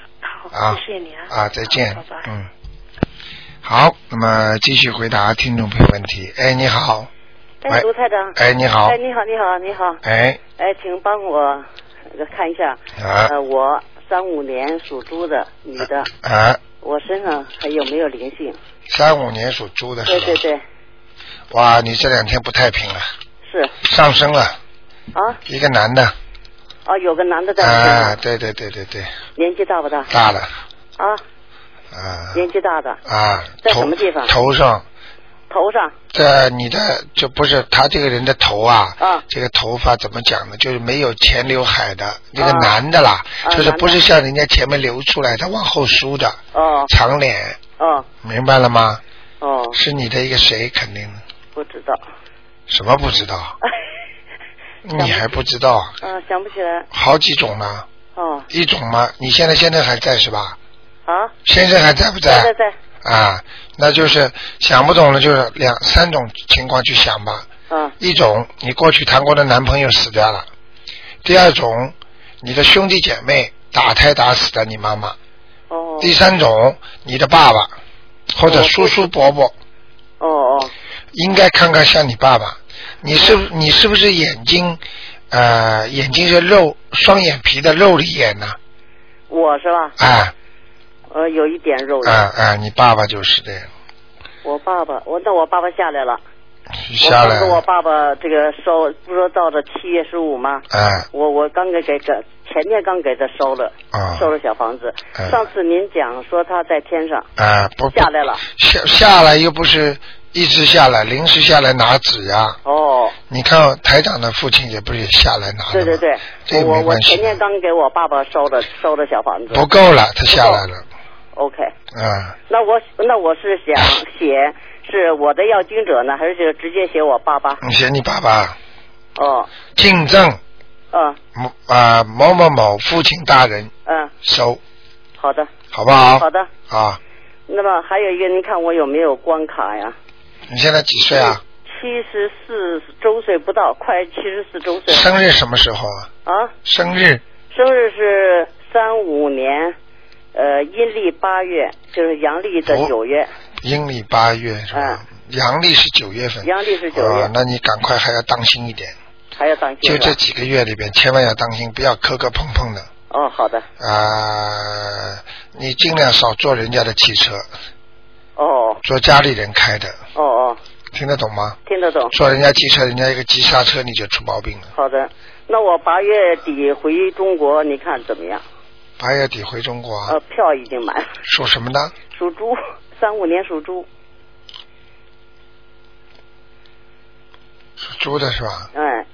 [SPEAKER 5] 好，谢谢你啊，
[SPEAKER 1] 啊，再见
[SPEAKER 5] 好拜拜。。
[SPEAKER 1] 嗯，好，那么继续回答听众朋友问题。哎，你好，
[SPEAKER 3] 哎，卢台长。
[SPEAKER 1] 哎，你好
[SPEAKER 3] 哎，，你好，你好，你好。
[SPEAKER 1] 哎，
[SPEAKER 3] 哎，请帮我呃看一下，
[SPEAKER 1] 啊
[SPEAKER 3] 呃，我三五年属猪的女的，
[SPEAKER 5] 呃
[SPEAKER 1] 啊，
[SPEAKER 3] 我身上还有没有灵性？
[SPEAKER 1] 三五年属猪的是
[SPEAKER 3] 对
[SPEAKER 1] 吧？
[SPEAKER 3] 对对，
[SPEAKER 1] 哇，你这两天不太平了，
[SPEAKER 3] 是？
[SPEAKER 1] 上升了，
[SPEAKER 3] 啊，
[SPEAKER 1] 一个男的，
[SPEAKER 3] 哦，有个男的在
[SPEAKER 1] 啊，
[SPEAKER 3] 那
[SPEAKER 1] 对
[SPEAKER 3] 边，
[SPEAKER 1] 对对对对，
[SPEAKER 3] 年纪大不大？
[SPEAKER 1] 大了，
[SPEAKER 3] 啊，
[SPEAKER 1] 啊
[SPEAKER 3] 年纪大的，
[SPEAKER 1] 啊，
[SPEAKER 3] 在
[SPEAKER 1] 头
[SPEAKER 3] 什么地方
[SPEAKER 1] 头上，
[SPEAKER 3] 头上
[SPEAKER 1] 这呃你的就不是他这个人的头啊，
[SPEAKER 3] 啊
[SPEAKER 1] 这个头发怎么讲呢？就是没有前刘海的，这个
[SPEAKER 3] 啊
[SPEAKER 1] 男的啦，
[SPEAKER 3] 啊
[SPEAKER 1] 就是不
[SPEAKER 3] 男
[SPEAKER 1] 是
[SPEAKER 3] 的
[SPEAKER 1] 像人家前面留出来，他往后梳的，
[SPEAKER 3] 哦
[SPEAKER 1] 长脸，
[SPEAKER 3] 哦
[SPEAKER 1] 明白了吗？
[SPEAKER 3] 哦，
[SPEAKER 1] 是你的一个谁？肯定的
[SPEAKER 3] 不知道，
[SPEAKER 1] 什么不知
[SPEAKER 3] <laughs>
[SPEAKER 1] 道？
[SPEAKER 3] 想不
[SPEAKER 1] 你还不知道啊？
[SPEAKER 3] 啊，想不起来
[SPEAKER 1] 好几种呢，
[SPEAKER 3] 哦
[SPEAKER 1] 一种嘛，你现在先生还在是吧？
[SPEAKER 3] 啊，
[SPEAKER 1] 先生还在不
[SPEAKER 3] 在在在
[SPEAKER 1] 啊，那就是想不懂了，就是两三种情况去想吧。
[SPEAKER 3] 啊
[SPEAKER 1] 一种，你过去谈过的男朋友死掉了；第二种，你的兄弟姐妹打胎打死的你妈妈；
[SPEAKER 3] 哦
[SPEAKER 1] 第三种，你的爸爸或者叔叔伯伯，
[SPEAKER 3] 哦哦
[SPEAKER 1] 应该看看像你爸爸，你是你是不是眼睛呃眼睛是肉双眼皮的肉里眼呢？
[SPEAKER 3] 我是吧？
[SPEAKER 1] 啊
[SPEAKER 3] 呃，有一点肉
[SPEAKER 1] 啊
[SPEAKER 3] 的，
[SPEAKER 1] 啊！你爸爸就是这样，
[SPEAKER 3] 我爸爸，我那我爸爸下来了，我
[SPEAKER 1] 下来
[SPEAKER 3] 跟我爸爸这个烧，不说到了七月十五吗？
[SPEAKER 1] 啊
[SPEAKER 3] 我我刚给给给前天刚给他收了，
[SPEAKER 1] 啊
[SPEAKER 3] 收了小房子。
[SPEAKER 1] 嗯
[SPEAKER 3] 上次您讲说他在天上
[SPEAKER 1] 啊不不
[SPEAKER 3] 下来了，
[SPEAKER 1] 下下来又不是一直下来，临时下来拿纸啊。
[SPEAKER 3] 哦，
[SPEAKER 1] 你看台长的父亲也不是也下来拿的吗
[SPEAKER 3] 对对对
[SPEAKER 1] 这，个
[SPEAKER 3] 我
[SPEAKER 1] 没
[SPEAKER 3] 我
[SPEAKER 1] 关系
[SPEAKER 3] 前。天刚给我爸爸收了收了小房子。
[SPEAKER 1] 不够了，他下来了
[SPEAKER 3] OK，
[SPEAKER 1] 啊。
[SPEAKER 3] 那我那我是想写是我的要经者呢，还是直接写我爸爸？
[SPEAKER 1] 你写你爸爸
[SPEAKER 3] 哦，
[SPEAKER 1] 敬赠
[SPEAKER 3] 嗯
[SPEAKER 1] 某啊某某某父亲大人
[SPEAKER 3] 嗯，
[SPEAKER 1] 收，
[SPEAKER 3] 好的
[SPEAKER 1] 好不好？
[SPEAKER 3] 好的。
[SPEAKER 1] 啊，
[SPEAKER 3] 那么还有一个，您看我有没有关卡呀？
[SPEAKER 1] 你现在几岁啊？
[SPEAKER 3] 七十四周岁不到，快七十四周岁了
[SPEAKER 1] 生日什么时候啊？
[SPEAKER 3] 啊。
[SPEAKER 1] 生日
[SPEAKER 3] 生日是三五年，呃，阴历八月，就是阳历的
[SPEAKER 1] 哦
[SPEAKER 3] 九月，啊
[SPEAKER 1] 阴历八月是吧？阳历是九月份。
[SPEAKER 3] 阳历是九月
[SPEAKER 1] 啊，那你赶快还要当心一点，
[SPEAKER 3] 还要当心
[SPEAKER 1] 就是这
[SPEAKER 3] 吧？
[SPEAKER 1] 几个月里边千万要当心，不要磕磕碰碰的
[SPEAKER 3] 哦，好的，
[SPEAKER 1] 啊、你尽量少坐人家的汽车，
[SPEAKER 3] 哦
[SPEAKER 1] 坐家里人开的，
[SPEAKER 3] 哦哦，
[SPEAKER 1] 听得懂吗？
[SPEAKER 3] 听得懂，
[SPEAKER 1] 坐人家汽车，人家一个急刹车你就出毛病了。
[SPEAKER 3] 好的。那我八月底回中国，你看怎么样？
[SPEAKER 1] 八月底回中国啊，
[SPEAKER 3] 呃，票已经买了，
[SPEAKER 1] 属什么呢？
[SPEAKER 3] 属猪，三五年属猪，
[SPEAKER 1] 属猪的是吧？
[SPEAKER 3] 哎，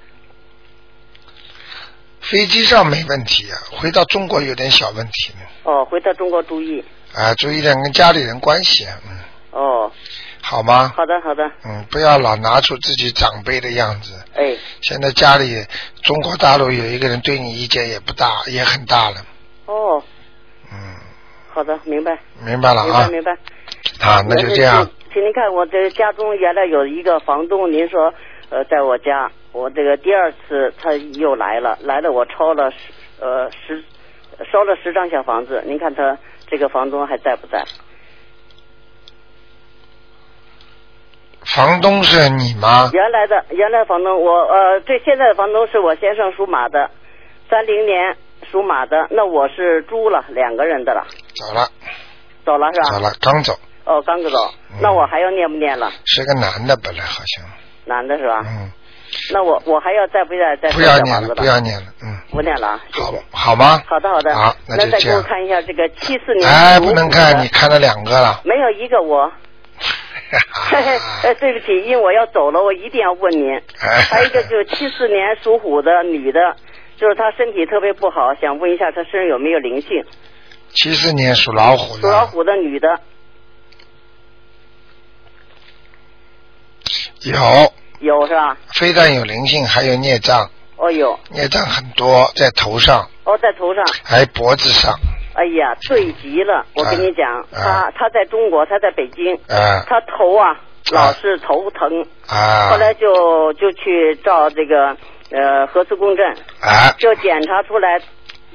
[SPEAKER 1] 飞机上没问题啊，回到中国有点小问题呢。
[SPEAKER 3] 哦，回到中国注意，
[SPEAKER 1] 啊，注意点跟家里人关系，嗯，
[SPEAKER 3] 哦，
[SPEAKER 1] 好吗？
[SPEAKER 3] 好的好的，
[SPEAKER 1] 嗯，不要老拿出自己长辈的样子。
[SPEAKER 3] 哎，
[SPEAKER 1] 现在家里中国大陆有一个人对你意见也不大，也很大了，
[SPEAKER 3] 哦，
[SPEAKER 1] 嗯，
[SPEAKER 3] 好的，明白，
[SPEAKER 1] 明白了
[SPEAKER 3] 明白
[SPEAKER 1] 啊，
[SPEAKER 3] 明白。
[SPEAKER 1] 啊，那就这样
[SPEAKER 3] 请。请您看，我这家中原来有一个房东，您说呃，在我家，我这个第二次他又来了，来了我抄了十呃十烧了十张小房子，您看他这个房东还在不在？
[SPEAKER 1] 房东是你吗？
[SPEAKER 3] 原来的原来房东，我呃这现在的房东是我先生属马的，三零年属马的，那我是猪了，两个人的了，
[SPEAKER 1] 走了，
[SPEAKER 3] 走了是吧？
[SPEAKER 1] 走了，刚走，
[SPEAKER 3] 哦，刚走
[SPEAKER 1] 嗯，
[SPEAKER 3] 那我还要念不念了？
[SPEAKER 1] 是个男的，本来好像，
[SPEAKER 3] 男的是吧？
[SPEAKER 1] 嗯，那
[SPEAKER 3] 那我我还要再不再再
[SPEAKER 1] 不
[SPEAKER 3] 烧
[SPEAKER 1] 要
[SPEAKER 3] 哎小
[SPEAKER 1] 念
[SPEAKER 3] 房子
[SPEAKER 1] 了，不要念了，嗯，
[SPEAKER 3] 不念了啊，谢谢
[SPEAKER 1] 好，好吗？
[SPEAKER 3] 好的好的，
[SPEAKER 1] 好，那就
[SPEAKER 3] 再
[SPEAKER 1] 这
[SPEAKER 3] 给我
[SPEAKER 1] 样。
[SPEAKER 3] 看一下这个七四年。
[SPEAKER 1] 哎，不能
[SPEAKER 3] 嗯
[SPEAKER 1] 看，你。看了两个了。
[SPEAKER 3] 没有一
[SPEAKER 1] <laughs>
[SPEAKER 3] 个我， <laughs> 嘿嘿，呃，对不起，因为我要走了，我一定要问您。
[SPEAKER 1] 哎
[SPEAKER 3] 还有一个
[SPEAKER 1] <laughs>
[SPEAKER 3] 就是七四年属虎的女的，就是她身体特别不好，想问一下她身上有没有灵性？
[SPEAKER 1] 七四年属老虎的，
[SPEAKER 3] 属老虎的女的，
[SPEAKER 1] 有
[SPEAKER 3] 有是吧？
[SPEAKER 1] 非但有灵性，还有孽障，
[SPEAKER 3] 哦有，
[SPEAKER 1] 孽障很多，在头上，
[SPEAKER 3] 哦在头上，
[SPEAKER 1] 还脖子上，
[SPEAKER 3] 哎呀，对极了！我跟你讲，
[SPEAKER 1] 啊
[SPEAKER 3] 她她在中国，她在北京，
[SPEAKER 1] 啊
[SPEAKER 3] 她头啊老是头疼，
[SPEAKER 1] 啊
[SPEAKER 3] 后来就就去照这个呃核磁共振，
[SPEAKER 1] 啊，
[SPEAKER 3] 就检查出来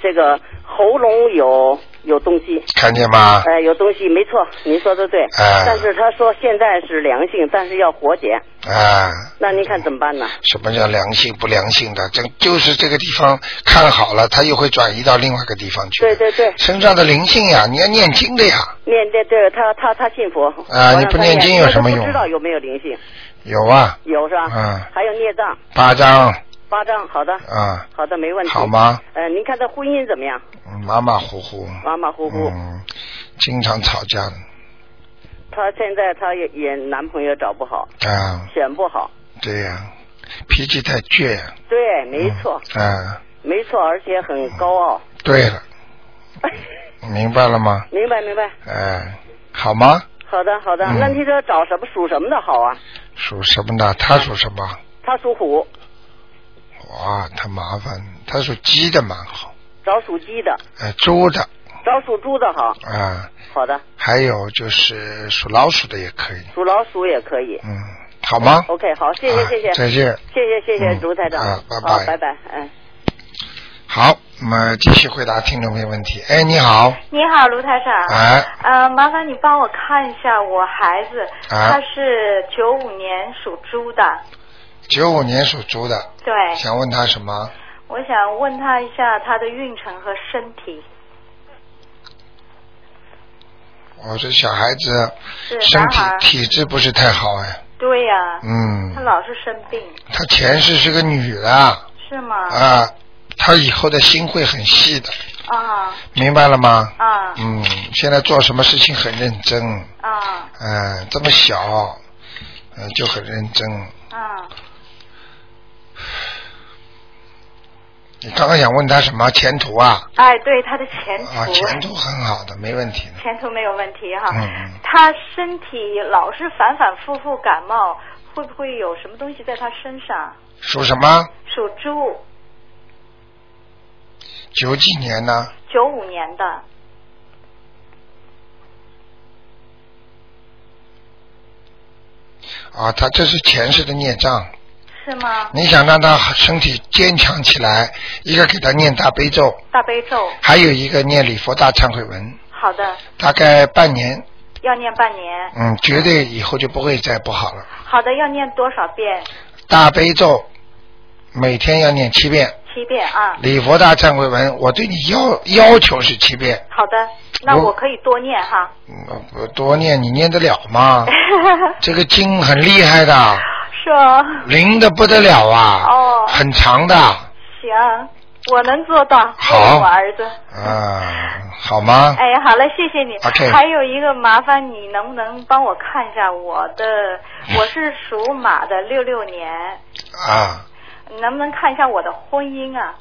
[SPEAKER 3] 这个喉咙有有东西，
[SPEAKER 1] 看见吗？
[SPEAKER 3] 呃，有东西，没错，您说的对。
[SPEAKER 1] 哎
[SPEAKER 3] 但是他说现在是良性，但是要活检，
[SPEAKER 1] 啊，
[SPEAKER 3] 那您看怎么办呢？
[SPEAKER 1] 什么叫良性不良性的？这就是这个地方看好了，它又会转移到另外一个地方去。
[SPEAKER 3] 对对对，
[SPEAKER 1] 身上的灵性呀，你要念经的呀。
[SPEAKER 3] 念这这他他他信佛
[SPEAKER 1] 啊
[SPEAKER 3] 我让
[SPEAKER 1] 你不
[SPEAKER 3] 他
[SPEAKER 1] 念
[SPEAKER 3] 念
[SPEAKER 1] 经有什么用
[SPEAKER 3] 因为他不知道有没有灵性？
[SPEAKER 1] 有啊，
[SPEAKER 3] 有是吧？
[SPEAKER 1] 啊，
[SPEAKER 3] 还有孽障
[SPEAKER 1] 八张
[SPEAKER 3] 八张，好的，
[SPEAKER 1] 啊，
[SPEAKER 3] 好的，没问题。
[SPEAKER 1] 好吗？
[SPEAKER 3] 呃，您看他婚姻怎么样？
[SPEAKER 1] 嗯马马虎虎，
[SPEAKER 3] 马马虎虎。
[SPEAKER 1] 嗯，经常吵架
[SPEAKER 3] 她现在她也也男朋友找不好，
[SPEAKER 1] 啊，
[SPEAKER 3] 选不好。
[SPEAKER 1] 对呀、脾气太倔，
[SPEAKER 3] 对，没错，
[SPEAKER 1] 啊，
[SPEAKER 3] 没错，而且很高傲。
[SPEAKER 1] 对了，明白了吗？
[SPEAKER 3] 明白，明白。
[SPEAKER 1] 哎，好吗？
[SPEAKER 3] 好的，好的。
[SPEAKER 1] 嗯
[SPEAKER 3] 那你说找什么属什么的好啊？
[SPEAKER 1] 属什么的？他属什么？
[SPEAKER 3] 他属虎，
[SPEAKER 1] 哇，他麻烦，他属鸡的蛮好，
[SPEAKER 3] 找属鸡的，
[SPEAKER 1] 呃，猪的
[SPEAKER 3] 找属猪的好。
[SPEAKER 1] 啊，
[SPEAKER 3] 好的，
[SPEAKER 1] 还有就是属老鼠的也可以，
[SPEAKER 3] 属老鼠也可以。
[SPEAKER 1] 嗯，好吗？
[SPEAKER 3] 哦 OK，好，谢谢，
[SPEAKER 1] 啊
[SPEAKER 3] 谢谢，
[SPEAKER 1] 再见。
[SPEAKER 3] 谢谢，谢谢
[SPEAKER 1] 嗯
[SPEAKER 3] 卢台长。
[SPEAKER 1] 啊拜拜
[SPEAKER 3] 好，拜拜，嗯。
[SPEAKER 1] 好，那么继续回答听众朋友问题。哎，你好，
[SPEAKER 6] 你好，卢台长。
[SPEAKER 1] 哎，
[SPEAKER 6] 呃，麻烦你帮我看一下我孩子，
[SPEAKER 1] 啊
[SPEAKER 6] 他是九五年属猪的，
[SPEAKER 1] 九五年属猪的，
[SPEAKER 6] 对，
[SPEAKER 1] 想问他什么？
[SPEAKER 6] 我想问他一下他的运程和身体
[SPEAKER 1] 我说哦小孩子
[SPEAKER 6] 是
[SPEAKER 1] 身
[SPEAKER 6] 男
[SPEAKER 1] 体
[SPEAKER 6] 孩儿，
[SPEAKER 1] 体质不是太好哎，
[SPEAKER 6] 对呀、他
[SPEAKER 1] 嗯，
[SPEAKER 6] 老是生病，
[SPEAKER 1] 他前世是个女的啊，
[SPEAKER 6] 是吗？
[SPEAKER 1] 啊他以后的心会很细的，
[SPEAKER 6] 啊
[SPEAKER 1] 明白了吗？
[SPEAKER 6] 啊
[SPEAKER 1] 嗯，现在做什么事情很认真，
[SPEAKER 6] 啊
[SPEAKER 1] 嗯、这么小，嗯、就很认真。
[SPEAKER 6] 啊！
[SPEAKER 1] 你刚刚想问他什么前途啊？
[SPEAKER 6] 哎，对他的前途，
[SPEAKER 1] 啊，前途很好的，没问题的。
[SPEAKER 6] 前途没有问题哈。
[SPEAKER 1] 嗯
[SPEAKER 6] 他身体老是反反复复感冒，会不会有什么东西在他身上？
[SPEAKER 1] 属什么？
[SPEAKER 6] 属猪，
[SPEAKER 1] 九几年呢？
[SPEAKER 6] 九五年的。
[SPEAKER 1] 啊，他这是前世的孽障。
[SPEAKER 6] 是吗？
[SPEAKER 1] 你想让他身体坚强起来，一个给他念大悲咒，
[SPEAKER 6] 大悲咒，
[SPEAKER 1] 还有一个念礼佛大忏悔文，
[SPEAKER 6] 好的，
[SPEAKER 1] 大概半年，
[SPEAKER 6] 要念半年。
[SPEAKER 1] 嗯，绝对以后就不会再不好了。
[SPEAKER 6] 好的，要念多少遍？
[SPEAKER 1] 大悲咒每天要念七遍，
[SPEAKER 6] 七遍啊。
[SPEAKER 1] 礼佛大忏悔文，我对你要要求是七遍，
[SPEAKER 6] 好的，那
[SPEAKER 1] 我
[SPEAKER 6] 我可以多念哈。
[SPEAKER 1] 嗯，我多念你念得了
[SPEAKER 6] <laughs>
[SPEAKER 1] 吗？啊这个经很厉害的，
[SPEAKER 6] 是哦，
[SPEAKER 1] 灵的不得了啊，
[SPEAKER 6] 哦
[SPEAKER 1] 很长的，
[SPEAKER 6] 行，我能做到。
[SPEAKER 1] 好
[SPEAKER 6] 为我儿子。
[SPEAKER 1] 啊，好吗？
[SPEAKER 6] 哎，好了，谢谢你。
[SPEAKER 1] OK
[SPEAKER 6] 还有一个麻烦，你能不能帮我看一下我的？
[SPEAKER 1] 嗯
[SPEAKER 6] 我是属马的，六六年，
[SPEAKER 1] 啊，
[SPEAKER 6] 能不能看一下我的婚姻啊？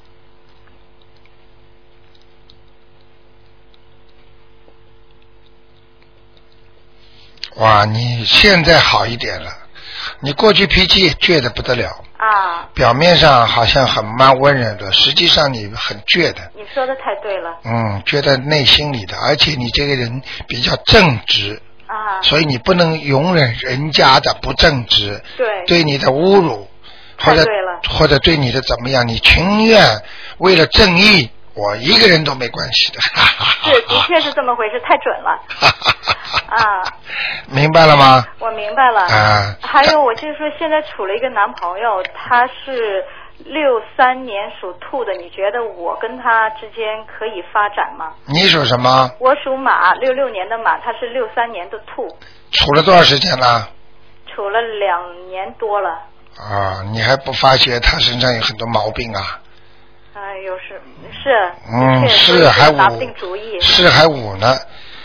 [SPEAKER 1] 哇，你现在好一点了，你过去脾气倔得不得了，
[SPEAKER 6] 啊，
[SPEAKER 1] 表面上好像很蛮温柔的，实际上你很倔的，
[SPEAKER 6] 你说的太对
[SPEAKER 1] <laughs>
[SPEAKER 6] 了
[SPEAKER 1] 嗯，倔在内心里的，而且你这个人比较正直，
[SPEAKER 6] 啊。
[SPEAKER 1] 所以你不能容忍人家的不正直，
[SPEAKER 6] 对
[SPEAKER 1] 对你的侮辱，或
[SPEAKER 6] 太
[SPEAKER 1] 者
[SPEAKER 6] 对了
[SPEAKER 1] 或者对你的怎么样，你情愿为了正义，我一个人都没关系的。 <laughs>
[SPEAKER 6] 是，的确是这么回事，太准了。啊，
[SPEAKER 1] 明白了吗？
[SPEAKER 6] 我明白了。
[SPEAKER 1] 啊
[SPEAKER 6] 还有，我就是说，现在处了一个男朋友，他是六三年属兔的，你觉得我跟他之间可以发展吗？
[SPEAKER 1] 你属什么？
[SPEAKER 6] 我属马，六六年的马，他是六三年的兔，
[SPEAKER 1] 处了多少时间了？
[SPEAKER 6] 处了两年多了。
[SPEAKER 1] 啊，你还不发觉他身上有很多毛病啊？
[SPEAKER 6] 哎呦，是是，
[SPEAKER 1] 嗯，
[SPEAKER 6] 的确
[SPEAKER 1] 是还
[SPEAKER 6] 拿不定主
[SPEAKER 1] 五
[SPEAKER 6] 意，，
[SPEAKER 1] 是还五呢，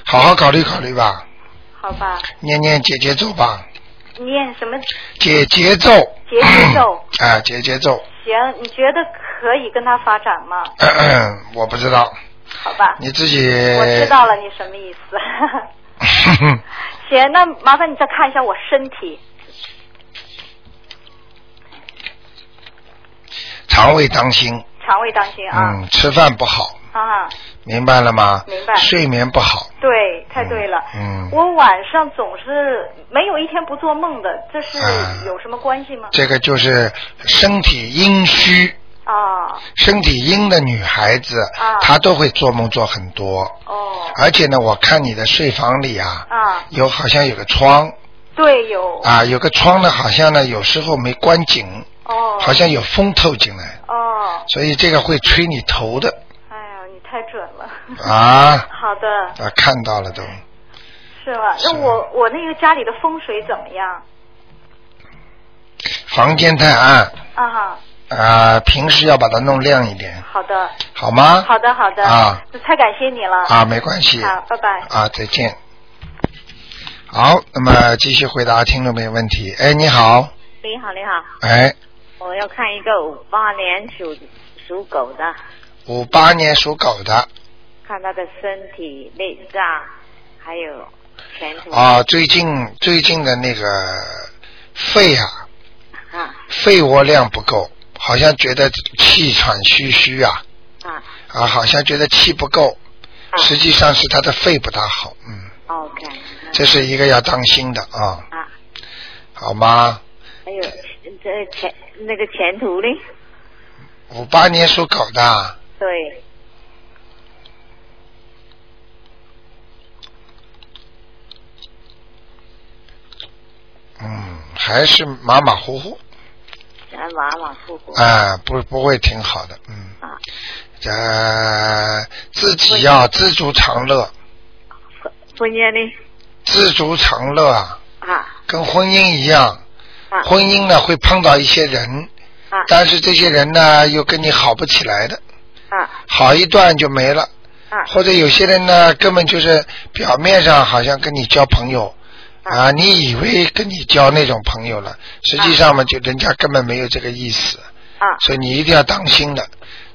[SPEAKER 1] 好好考虑考虑吧，
[SPEAKER 6] 好吧？
[SPEAKER 1] 念念姐姐咒吧，
[SPEAKER 6] 念什么
[SPEAKER 1] 解节奏，
[SPEAKER 6] 结节咒？
[SPEAKER 1] 啊，解节奏， <clears throat>
[SPEAKER 6] 行，你觉得可以跟他发展吗？
[SPEAKER 1] 咳咳我不知道，
[SPEAKER 6] 好吧？
[SPEAKER 1] 你自己。
[SPEAKER 6] 我知道了你什么意
[SPEAKER 1] <laughs>
[SPEAKER 6] 思。行，那麻烦你再看一下我身体，
[SPEAKER 1] 肠胃当心，
[SPEAKER 6] 肠胃当心啊、
[SPEAKER 1] 嗯，吃饭不好，
[SPEAKER 6] 啊！
[SPEAKER 1] 明白了吗？
[SPEAKER 6] 明白
[SPEAKER 1] 睡眠不好，
[SPEAKER 6] 对，太对了。
[SPEAKER 1] 嗯嗯
[SPEAKER 6] 我晚上总是没有一天不做梦的，这
[SPEAKER 1] 啊
[SPEAKER 6] 是有什么关系吗？
[SPEAKER 1] 这个就是身体阴虚，
[SPEAKER 6] 啊，
[SPEAKER 1] 身体阴的女孩子，
[SPEAKER 6] 啊
[SPEAKER 1] 她都会做梦做很多，
[SPEAKER 6] 哦，
[SPEAKER 1] 而且呢，我看你的睡房里啊，
[SPEAKER 6] 啊，
[SPEAKER 1] 有好像有个窗
[SPEAKER 6] 对，有，
[SPEAKER 1] 啊，有个窗呢，好像呢有时候没关紧，
[SPEAKER 6] 哦，
[SPEAKER 1] 好，像有风透进来，
[SPEAKER 6] 哦，
[SPEAKER 1] 所以这个会吹你头的
[SPEAKER 6] 哎呀，你太准了。
[SPEAKER 1] 啊
[SPEAKER 6] <laughs> 好的，
[SPEAKER 1] 啊，看到了都，
[SPEAKER 6] 是吧？
[SPEAKER 1] 是
[SPEAKER 6] 那我我那个家里的风水怎么样？
[SPEAKER 1] 房间太暗
[SPEAKER 6] 啊哈，
[SPEAKER 1] 啊、平时要把它弄亮一点，
[SPEAKER 6] 好的，
[SPEAKER 1] 好吗？
[SPEAKER 6] 好的好的
[SPEAKER 1] 啊，
[SPEAKER 6] 太感谢你了
[SPEAKER 1] 啊，没关系。
[SPEAKER 6] 好，拜拜。
[SPEAKER 1] 啊，再见。好，那么继续回答听众朋友问题。哎，你好，
[SPEAKER 7] 你好，你好，
[SPEAKER 1] 哎，
[SPEAKER 7] 我要看一个五八年属属狗的，
[SPEAKER 1] 五八年属狗的
[SPEAKER 7] 看他的身体内脏，还有前途
[SPEAKER 1] 啊，最近最近的那个肺啊，
[SPEAKER 7] 啊
[SPEAKER 1] 肺活量不够，好像觉得气喘吁吁啊，
[SPEAKER 7] 啊
[SPEAKER 1] 啊，好像觉得气不够，
[SPEAKER 7] 啊
[SPEAKER 1] 实际上是他的肺不大好，嗯，
[SPEAKER 7] ，OK，
[SPEAKER 1] 这是一个要当心的啊，
[SPEAKER 7] 啊，
[SPEAKER 1] 好吗？
[SPEAKER 7] 还有这前那个前途呢？
[SPEAKER 1] 五八年属狗的啊，
[SPEAKER 7] 对，
[SPEAKER 1] 嗯，还是马马虎虎，
[SPEAKER 7] 啊马马虎虎
[SPEAKER 1] 啊，不不会挺好的，嗯，
[SPEAKER 7] 啊，
[SPEAKER 1] 呃，自己要知足常乐，
[SPEAKER 7] 婚姻呢？
[SPEAKER 1] 知足常乐啊，
[SPEAKER 7] 啊
[SPEAKER 1] 跟婚姻一样，
[SPEAKER 7] 啊
[SPEAKER 1] 婚姻呢会碰到一些人，
[SPEAKER 7] 啊
[SPEAKER 1] 但是这些人呢又跟你好不起来的，
[SPEAKER 7] 啊
[SPEAKER 1] 好一段就没了，
[SPEAKER 7] 啊
[SPEAKER 1] 或者有些人呢根本就是表面上好像跟你交朋友。啊，你以为跟你交那种朋友了，实际上嘛，就人家根本没有这个意思。
[SPEAKER 7] 啊
[SPEAKER 1] 所以你一定要当心的，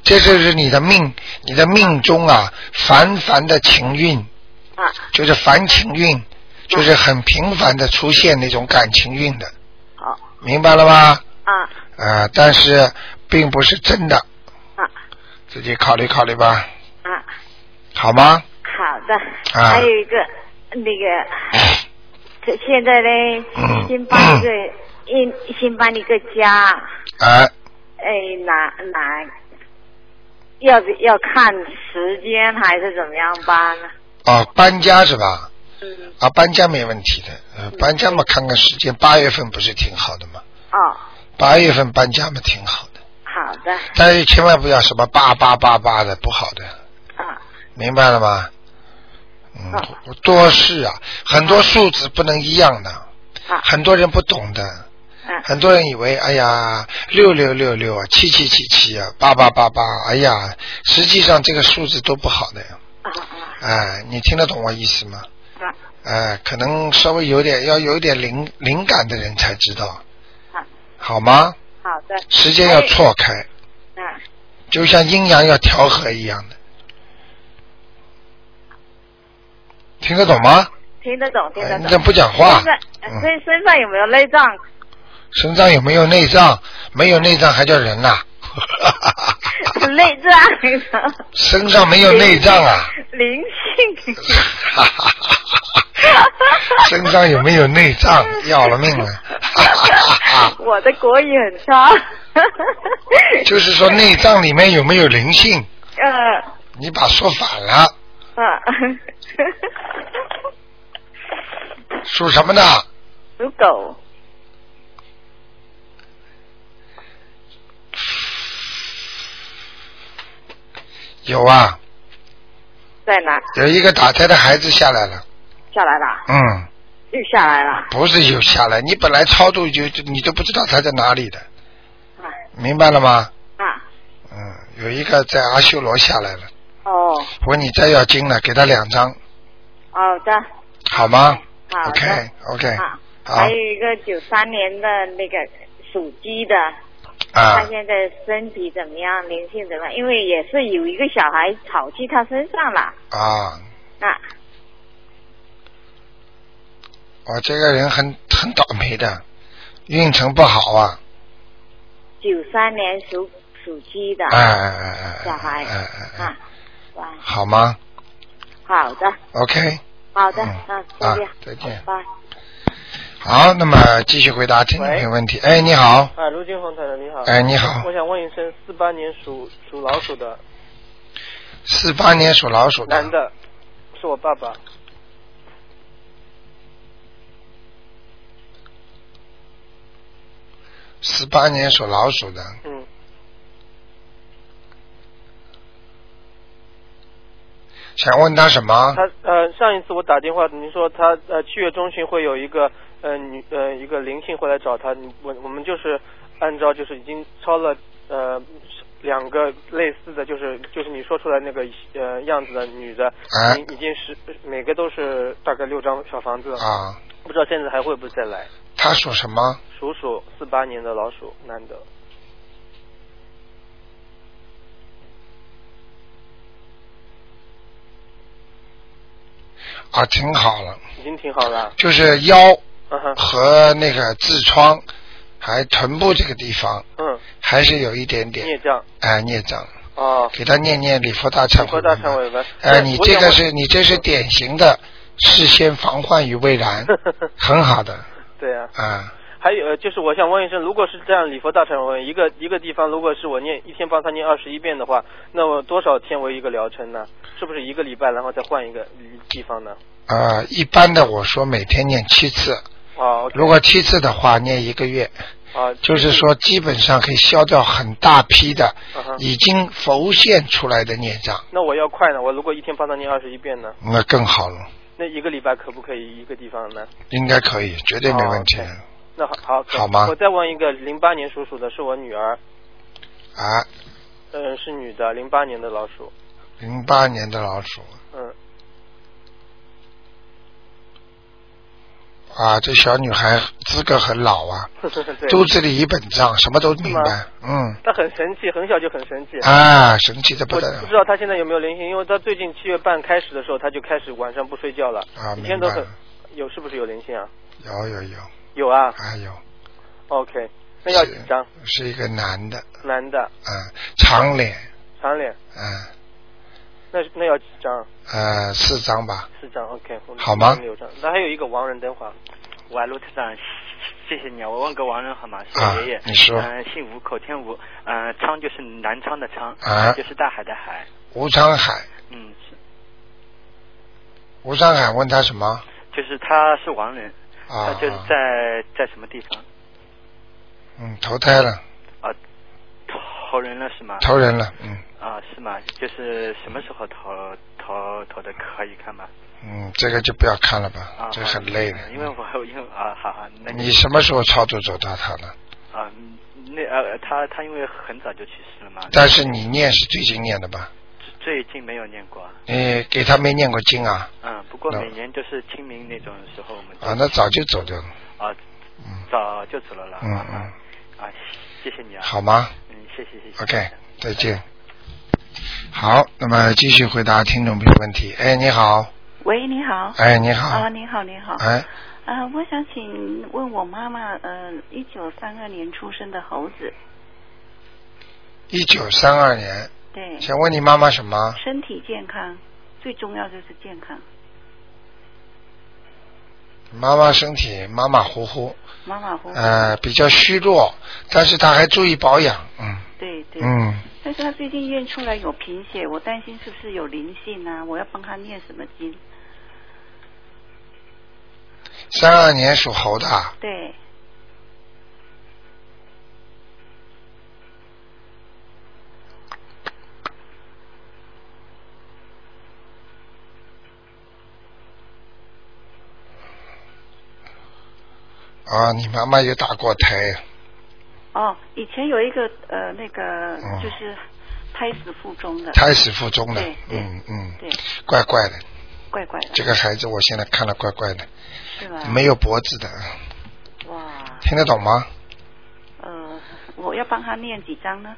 [SPEAKER 1] 这就是你的命，你的命中啊，凡凡的情运，
[SPEAKER 7] 啊
[SPEAKER 1] 就是凡情运，就是很频繁的出现那种感情运的，
[SPEAKER 7] 好
[SPEAKER 1] 明白了吗？
[SPEAKER 7] 啊
[SPEAKER 1] 啊，但是并不是真的，
[SPEAKER 7] 啊
[SPEAKER 1] 自己考虑考虑吧，
[SPEAKER 7] 啊，
[SPEAKER 1] 好吗？
[SPEAKER 7] 好的，
[SPEAKER 1] 啊
[SPEAKER 7] 还有一个那个，
[SPEAKER 1] <coughs>
[SPEAKER 7] 这现在
[SPEAKER 1] 嗯
[SPEAKER 7] 呢，新搬一个一新搬一个家，
[SPEAKER 1] 啊，
[SPEAKER 7] 哎，哪哪要要看时间还是怎么样搬呢？
[SPEAKER 1] 哦，搬家是吧？
[SPEAKER 7] 嗯，
[SPEAKER 1] 啊，搬家没问题的，呃搬家嘛，看看时间，八月份不是挺好的吗？
[SPEAKER 7] 哦，
[SPEAKER 3] 啊
[SPEAKER 1] 八月份搬家嘛，挺好的，
[SPEAKER 7] 好的，
[SPEAKER 1] 但是千万不要什么八八八八的，不好的。
[SPEAKER 7] 啊
[SPEAKER 1] 明白了吗？嗯
[SPEAKER 7] 啊，
[SPEAKER 1] 多事啊，很多数字不能一样的，
[SPEAKER 7] 啊
[SPEAKER 1] 很多人不懂的，
[SPEAKER 7] 嗯
[SPEAKER 1] 很多人以为哎呀六六六六啊，七七七七啊，八八八八，哎呀，实际上这个数字都不好的呀。
[SPEAKER 7] 啊啊
[SPEAKER 1] 哎，你听得懂我意思吗？
[SPEAKER 7] 啊
[SPEAKER 1] 哎，可能稍微有点要有点灵灵感的人才知道
[SPEAKER 7] 啊，
[SPEAKER 1] 好吗？
[SPEAKER 7] 好的，
[SPEAKER 1] 时间
[SPEAKER 7] 哎
[SPEAKER 1] 要错开，
[SPEAKER 7] 啊
[SPEAKER 1] 就像阴阳要调和一样的，听得懂吗？
[SPEAKER 7] 听得懂，听
[SPEAKER 1] 哎
[SPEAKER 7] 得
[SPEAKER 1] 你怎
[SPEAKER 7] 懂。
[SPEAKER 1] 么不讲话
[SPEAKER 7] 身？上
[SPEAKER 1] 嗯
[SPEAKER 7] 身身上有没有内脏？
[SPEAKER 1] 身上有没有内脏？没有内脏还叫人啊呐、
[SPEAKER 7] 内脏，
[SPEAKER 1] 身上没有内
[SPEAKER 7] <laughs>
[SPEAKER 1] 脏啊？
[SPEAKER 7] 灵性。
[SPEAKER 1] 身上有没有内脏？要了命了！
[SPEAKER 7] 我的国语很差。
[SPEAKER 1] 就是说内脏里面有没有灵性？
[SPEAKER 7] 呃
[SPEAKER 1] 你把说反了，
[SPEAKER 7] 啊，
[SPEAKER 1] 属什么的？
[SPEAKER 7] 属狗
[SPEAKER 1] 有啊，
[SPEAKER 7] 在哪？
[SPEAKER 1] 有一个打胎的孩子下来了。
[SPEAKER 7] 下来了，
[SPEAKER 1] 嗯，
[SPEAKER 7] 又下来了。
[SPEAKER 1] 不是有下来，你本来超度就就你都不知道他在哪里的，
[SPEAKER 7] 啊
[SPEAKER 1] 明白了吗？
[SPEAKER 7] 啊
[SPEAKER 1] 嗯，有一个在阿修罗下来了。
[SPEAKER 7] 哦，
[SPEAKER 1] 我说你再要经了，给他两张，
[SPEAKER 7] 好的，
[SPEAKER 1] 好吗
[SPEAKER 7] 嗯好的。
[SPEAKER 1] ？OK OK，
[SPEAKER 7] 啊，
[SPEAKER 1] 好
[SPEAKER 7] 还有一个九三年的那个属鸡的，
[SPEAKER 1] 啊
[SPEAKER 7] 他现在身体怎么样？灵性怎么样？因为也是有一个小孩跑去他身上了。
[SPEAKER 1] 啊！
[SPEAKER 7] 啊
[SPEAKER 1] 我这个人很很倒霉的，运程不好啊！
[SPEAKER 7] 九三年属属鸡的
[SPEAKER 1] 哎哎哎哎，
[SPEAKER 7] 小孩
[SPEAKER 1] 哎哎哎，
[SPEAKER 7] 啊，哇，
[SPEAKER 1] 好吗
[SPEAKER 7] 好的，
[SPEAKER 1] ？OK，
[SPEAKER 7] 好的，
[SPEAKER 1] 嗯
[SPEAKER 7] 啊，再
[SPEAKER 1] 啊
[SPEAKER 7] 见，，
[SPEAKER 1] 再见。
[SPEAKER 7] 拜。
[SPEAKER 1] 好，那么继续回答听众朋友问题。
[SPEAKER 7] 嗯
[SPEAKER 1] 哎，你好，
[SPEAKER 8] 啊，卢金红台长你好。
[SPEAKER 1] 哎，你好
[SPEAKER 8] 我，想问一声，四八年属属老鼠的
[SPEAKER 1] 四八年属老鼠
[SPEAKER 8] 男的，是我爸爸。
[SPEAKER 1] 四八年属老鼠的，
[SPEAKER 8] 嗯，
[SPEAKER 1] 想问他什么？
[SPEAKER 8] 他呃，上一次我打电话，您说他呃七月中旬会有一个呃女呃一个灵性会来找他，你我我们就是按照就是已经抄了呃两个类似的，就是就是你说出来那个呃样子的女的，
[SPEAKER 1] 哎
[SPEAKER 8] 已经已经是每个都是大概六张小房子了，
[SPEAKER 1] 啊，
[SPEAKER 8] 不知道现在还会不会再来？
[SPEAKER 1] 他属什么？
[SPEAKER 8] 鼠鼠四八年的老鼠，男的，
[SPEAKER 1] 啊，挺好了，
[SPEAKER 8] 已经挺好了，
[SPEAKER 1] 就是腰
[SPEAKER 8] 啊嗯哼，
[SPEAKER 1] 和那个痔疮，还臀部这个地方，
[SPEAKER 8] 嗯，
[SPEAKER 1] 还是有一点点
[SPEAKER 8] 孽障
[SPEAKER 1] 哎孽障，
[SPEAKER 8] 哦，
[SPEAKER 1] 给他念念礼佛大忏
[SPEAKER 8] 你说
[SPEAKER 1] 悔
[SPEAKER 8] 大
[SPEAKER 1] 文吧。
[SPEAKER 8] 忏悔文，
[SPEAKER 1] 哎，你
[SPEAKER 8] 我
[SPEAKER 1] 这
[SPEAKER 8] 想
[SPEAKER 1] 个
[SPEAKER 8] 问
[SPEAKER 1] 是你这是典型的事先防患于
[SPEAKER 8] <laughs>
[SPEAKER 1] 未然，很好的
[SPEAKER 8] 对呀、
[SPEAKER 1] 啊。
[SPEAKER 8] 还有呃就是我想问一声，如果是这样礼佛大忏悔文，一个一个地方如果是我念一天帮他念二十一遍的话，那么多少天为一个疗程呢？是不是一个礼拜然后再换一个地方呢？
[SPEAKER 1] 啊，一般的我说每天念七次，
[SPEAKER 8] 啊，
[SPEAKER 1] 如果七次的话念一个月，
[SPEAKER 8] 啊，
[SPEAKER 1] 就是说基本上可以消掉很大批的
[SPEAKER 8] 嗯哼
[SPEAKER 1] 已经浮现出来的孽障，
[SPEAKER 8] 那我要快呢，我如果一天帮他念二十一遍呢，
[SPEAKER 1] 那更好了，
[SPEAKER 8] 那一个礼拜可不可以一个地方呢？
[SPEAKER 1] 应该可以，绝对没问题
[SPEAKER 8] 哦那好，好，可以
[SPEAKER 1] 好吗
[SPEAKER 8] 我再问一个，零八年属鼠的是我女儿，
[SPEAKER 1] 啊。
[SPEAKER 8] 嗯，是女的，零八年的老鼠，
[SPEAKER 1] 零八年的老鼠
[SPEAKER 8] 嗯，
[SPEAKER 1] 啊，这小女孩资格很老啊，
[SPEAKER 8] 对，
[SPEAKER 1] 肚子里一本账，什么都明白，嗯，
[SPEAKER 8] 她很神气，很小就很神气。
[SPEAKER 1] 啊，神奇的不
[SPEAKER 8] 我
[SPEAKER 1] 得
[SPEAKER 8] 不
[SPEAKER 1] 了
[SPEAKER 8] 知道他现在有没有灵性，因为他最近七月半开始的时候，他就开始晚上不睡觉了。
[SPEAKER 1] 啊，
[SPEAKER 8] 以
[SPEAKER 1] 明
[SPEAKER 8] 前都
[SPEAKER 1] 白
[SPEAKER 8] 很
[SPEAKER 1] 了，
[SPEAKER 8] 有，是不是有灵性啊？
[SPEAKER 1] 有有有，
[SPEAKER 8] 有啊。
[SPEAKER 1] 啊有，
[SPEAKER 8] OK，那要几张？
[SPEAKER 1] 是一个男的，
[SPEAKER 8] 男的，
[SPEAKER 1] 啊，长脸，
[SPEAKER 8] 长脸，
[SPEAKER 1] 啊，
[SPEAKER 8] 那那要几张？
[SPEAKER 1] 呃，四张吧，
[SPEAKER 8] 四张。OK，我们
[SPEAKER 1] 好吗
[SPEAKER 8] 六张。那还有一个亡人，等会儿。
[SPEAKER 9] 喂，卢台长，谢谢你啊！我问个亡人好吗？是
[SPEAKER 1] 啊
[SPEAKER 9] 我爷爷，
[SPEAKER 1] 你说
[SPEAKER 9] 嗯、姓吴，口天吴，嗯、昌就是南昌的昌，
[SPEAKER 1] 啊
[SPEAKER 9] 就是大海的海，
[SPEAKER 1] 吴昌海，
[SPEAKER 9] 嗯，是
[SPEAKER 1] 吴昌海问他什么？
[SPEAKER 9] 就是他是亡人，
[SPEAKER 1] 啊
[SPEAKER 9] 他，就是在在什么地方
[SPEAKER 1] 嗯，投胎了，
[SPEAKER 9] 投人了是吗？
[SPEAKER 1] 投人了，嗯
[SPEAKER 9] 啊，是吗？就是什么时候投投投的可以看吗？
[SPEAKER 1] 嗯，这个就不要看了吧
[SPEAKER 9] 啊，，
[SPEAKER 1] 这
[SPEAKER 9] 好
[SPEAKER 1] 很累
[SPEAKER 9] 嗯
[SPEAKER 1] 的。
[SPEAKER 9] 因为我因为啊，好好，那
[SPEAKER 1] 你什么时候超度走到他的？
[SPEAKER 9] 啊，那呃，他他因为很早就去世了嘛，
[SPEAKER 1] 但是你念是最近念的吧？
[SPEAKER 9] 最近没有念过，
[SPEAKER 1] 你给他没念过经啊？
[SPEAKER 9] 嗯，不过
[SPEAKER 1] 那
[SPEAKER 9] 每年就是清明那种时候，我们都
[SPEAKER 1] 啊，那早就走掉了。
[SPEAKER 9] 啊，早就走了啦。
[SPEAKER 1] 嗯
[SPEAKER 9] 啊
[SPEAKER 1] 嗯，
[SPEAKER 9] 啊，谢谢你啊。
[SPEAKER 1] 好吗
[SPEAKER 9] 嗯，谢谢谢谢。
[SPEAKER 1] ？OK，再见。好，那么继续回答听众朋友问题。哎，你好，
[SPEAKER 10] 喂，你好。
[SPEAKER 1] 哎，你好，
[SPEAKER 10] 啊，你好，你好。啊、
[SPEAKER 1] 哎，
[SPEAKER 10] 我想请问我妈妈，呃，一九三二年出生的猴子，
[SPEAKER 1] 一九三二年，
[SPEAKER 10] 对，
[SPEAKER 1] 想问你妈妈什么？
[SPEAKER 10] 身体健康，最重要就是健康。
[SPEAKER 1] 妈妈身体马马虎虎，
[SPEAKER 10] 马马虎虎。
[SPEAKER 1] 呃，比较虚弱，但是她还注意保养，嗯
[SPEAKER 10] 对对。
[SPEAKER 1] 嗯，
[SPEAKER 10] 但是她最近验出来有贫血，我担心是不是有灵性啊？我要帮她念什么经？
[SPEAKER 1] 三二年属猴的啊，
[SPEAKER 10] 对，
[SPEAKER 1] 啊，你妈妈也打过胎，啊
[SPEAKER 10] 哦，以前有一个呃，那个
[SPEAKER 1] 嗯
[SPEAKER 10] 就是胎死腹中的，
[SPEAKER 1] 胎死腹中的
[SPEAKER 10] 嗯对，对
[SPEAKER 1] 嗯嗯，
[SPEAKER 10] 对，
[SPEAKER 1] 怪怪的，
[SPEAKER 10] 怪怪的，
[SPEAKER 1] 这个孩子我现在看了怪怪的，
[SPEAKER 10] 是吧？啊
[SPEAKER 1] 没有脖子的，
[SPEAKER 10] 哇，
[SPEAKER 1] 听得懂吗？
[SPEAKER 10] 呃，我要帮她念几张呢？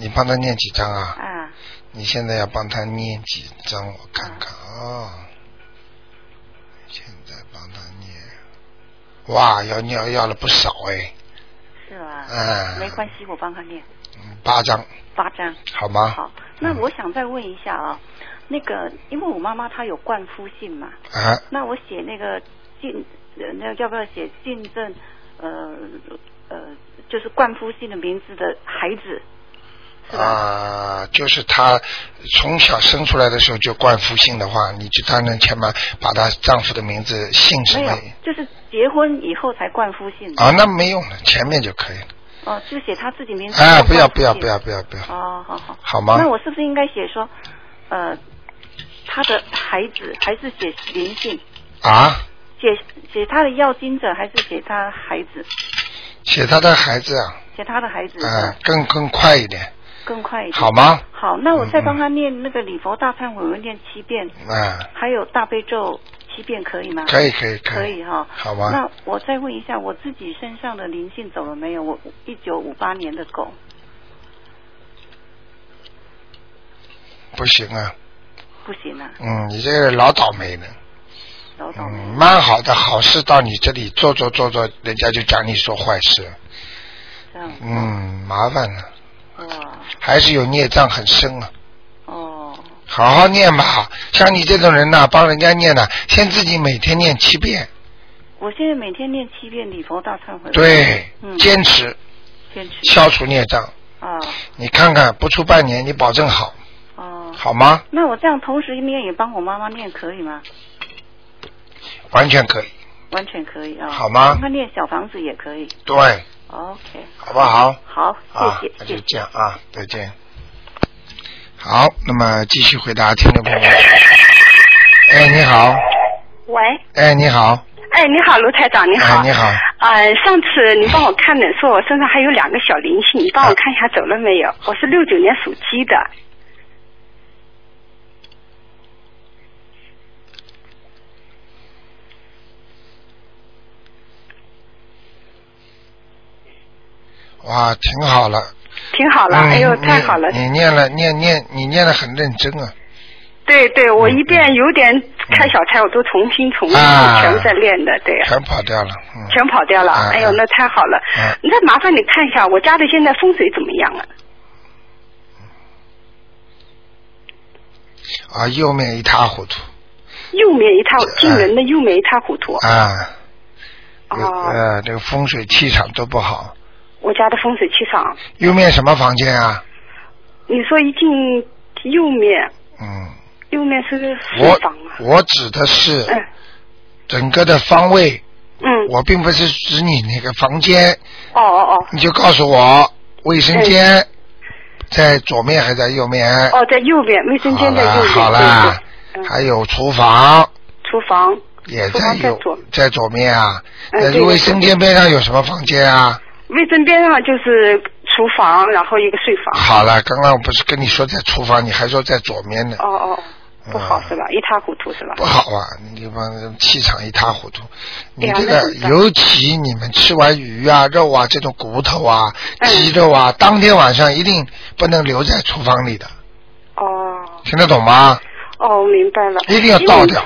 [SPEAKER 1] 你帮他念几张啊？
[SPEAKER 10] 啊，
[SPEAKER 1] 你现在要帮他念几张？我看看啊、哦，现在帮他念，哇，要要要了不少哎，
[SPEAKER 10] 是吧？
[SPEAKER 1] 嗯
[SPEAKER 10] 没关系，我帮他念
[SPEAKER 1] 嗯八张
[SPEAKER 10] 八张。
[SPEAKER 1] 好吗？
[SPEAKER 10] 好，那
[SPEAKER 1] 嗯
[SPEAKER 10] 我想再问一下啊、那个因为我妈妈她有冠夫姓嘛，
[SPEAKER 1] 啊，
[SPEAKER 10] 那我写那个进，呃那要不要写进证？呃呃，就是冠夫姓的名字的孩子，是吧？
[SPEAKER 1] 啊、就是她从小生出来的时候就冠夫姓的话，你就当然前面把她丈夫的名字姓什
[SPEAKER 10] 没有
[SPEAKER 1] 么？，
[SPEAKER 10] 就是结婚以后才冠夫姓的。
[SPEAKER 1] 啊，那没用了，前面就可以了。
[SPEAKER 10] 哦，就写他自己名字。
[SPEAKER 1] 哎，不要不要不要。不要不要，
[SPEAKER 10] 哦，好好。
[SPEAKER 1] 好吗
[SPEAKER 10] 那我是不是应该写说，呃，他的孩子还是写灵性？
[SPEAKER 1] 啊，
[SPEAKER 10] 写写他的要经者还是写他孩子？
[SPEAKER 1] 写他的孩子啊，
[SPEAKER 10] 写他的孩子。
[SPEAKER 1] 嗯，更更快一点，
[SPEAKER 10] 更快一点。
[SPEAKER 1] 好吗？
[SPEAKER 10] 好，那我再帮他念那个礼佛大忏悔文念七遍，
[SPEAKER 1] 嗯，
[SPEAKER 10] 还有大悲咒七遍，可以吗？
[SPEAKER 1] 可以可以可以
[SPEAKER 10] 可以哈。
[SPEAKER 1] 好吧
[SPEAKER 10] 那我再问一下，我自己身上的灵性走了没有？我一九五八年的狗，
[SPEAKER 1] 不行啊，
[SPEAKER 10] 不行啊，
[SPEAKER 1] 嗯，你这个人老倒霉了，
[SPEAKER 10] 老
[SPEAKER 1] 倒霉，蛮好的好事到你这里做做做做，人家就讲你说坏事，
[SPEAKER 10] 这样
[SPEAKER 1] 嗯，麻烦了，
[SPEAKER 10] 哇，
[SPEAKER 1] 还是有孽障很深啊。
[SPEAKER 10] 哦，
[SPEAKER 1] 好好念吧，像你这种人呐、帮人家念呐、先自己每天念七遍，
[SPEAKER 10] 我现在每天念七遍礼佛大忏悔文。
[SPEAKER 1] 对，
[SPEAKER 10] 嗯，
[SPEAKER 1] 坚持
[SPEAKER 10] 坚持
[SPEAKER 1] 消除孽障。
[SPEAKER 10] 啊。
[SPEAKER 1] 你看看，不出半年，你保证好，
[SPEAKER 10] 哦，
[SPEAKER 1] 好吗？
[SPEAKER 10] 那我这样同时念也帮我妈妈念可以吗？
[SPEAKER 1] 完全可以，
[SPEAKER 10] 完全可以啊。
[SPEAKER 1] 好吗
[SPEAKER 10] 那念小房子也可以。
[SPEAKER 1] 对，
[SPEAKER 10] OK，
[SPEAKER 1] 好不好？
[SPEAKER 10] 好，
[SPEAKER 1] 啊
[SPEAKER 10] 谢，谢，
[SPEAKER 1] 那
[SPEAKER 10] 谢
[SPEAKER 1] 就
[SPEAKER 10] 谢。
[SPEAKER 1] 这样啊，再见。好，那么继续回答听众朋友问题。哎，你好，
[SPEAKER 11] 喂，
[SPEAKER 1] 哎，你好，
[SPEAKER 11] 哎，你好，卢台长，你好。
[SPEAKER 1] 哎，你好，
[SPEAKER 11] 呃，上次您帮我看诊，说我身上还有两个小灵性，你帮
[SPEAKER 1] 啊
[SPEAKER 11] 我看一下走了没有？我是六九年属鸡的，
[SPEAKER 1] 哇，挺好了。
[SPEAKER 11] 挺好了，
[SPEAKER 1] 嗯
[SPEAKER 11] 哎呦，
[SPEAKER 1] 你
[SPEAKER 11] 太好了。
[SPEAKER 1] 你念了，念念，你念的很认真啊。
[SPEAKER 11] 对对，我
[SPEAKER 1] 嗯
[SPEAKER 11] 一遍有点开小差，我都重新重新、
[SPEAKER 1] 啊
[SPEAKER 11] 全部在练的，对呀、啊
[SPEAKER 1] 全跑掉了，嗯，
[SPEAKER 11] 全跑掉了。
[SPEAKER 1] 啊
[SPEAKER 11] 哎呦，那太好了。
[SPEAKER 1] 啊
[SPEAKER 11] 那麻烦你看一下我家的现在风水怎么样啊？
[SPEAKER 1] 啊，右面一塌糊涂
[SPEAKER 11] 右面一塌进人的右面一塌糊涂。
[SPEAKER 1] 呃啊，
[SPEAKER 11] 哦，
[SPEAKER 1] 呃，这个风水气场都不好。
[SPEAKER 11] 我家的风水气场，
[SPEAKER 1] 右面什么房间啊？
[SPEAKER 11] 你说一进右面，
[SPEAKER 1] 嗯，
[SPEAKER 11] 右面是个睡
[SPEAKER 1] 我
[SPEAKER 11] 房。啊
[SPEAKER 1] 我指的是
[SPEAKER 11] 嗯
[SPEAKER 1] 整个的方位，
[SPEAKER 11] 嗯，
[SPEAKER 1] 我并不是指你那个房间，
[SPEAKER 11] 哦哦哦，
[SPEAKER 1] 你就告诉我卫生间在左面还在右面？
[SPEAKER 11] 哎
[SPEAKER 1] 啊
[SPEAKER 11] 哦，在右边，卫生间在右边，
[SPEAKER 1] 哎好啦，还有厨房
[SPEAKER 11] 对厨房，
[SPEAKER 1] 也
[SPEAKER 11] 嗯厨
[SPEAKER 1] 在
[SPEAKER 11] 房在
[SPEAKER 1] 右
[SPEAKER 11] 左，
[SPEAKER 1] 在左面啊。
[SPEAKER 11] 嗯
[SPEAKER 1] 那
[SPEAKER 11] 对
[SPEAKER 1] 卫生间边上有什么房间啊？
[SPEAKER 11] 卫生边上就是厨房，然后一个睡房。
[SPEAKER 1] 好了，刚刚我不是跟你说在厨房，你还说在左面呢，
[SPEAKER 11] 哦哦，不好是吧？一塌糊涂是吧？
[SPEAKER 1] 嗯不好啊！你这帮气场一塌糊涂。你
[SPEAKER 11] 哎呀
[SPEAKER 1] 这
[SPEAKER 11] 那
[SPEAKER 1] 个
[SPEAKER 11] 怎么，办
[SPEAKER 1] 尤其你们吃完鱼啊、肉啊这种骨头啊、
[SPEAKER 11] 哎
[SPEAKER 1] 鸡肉啊，当天晚上一定不能留在厨房里的。
[SPEAKER 11] 哦
[SPEAKER 1] 听得懂吗？
[SPEAKER 11] 哦，明白了。
[SPEAKER 1] 一定要倒掉。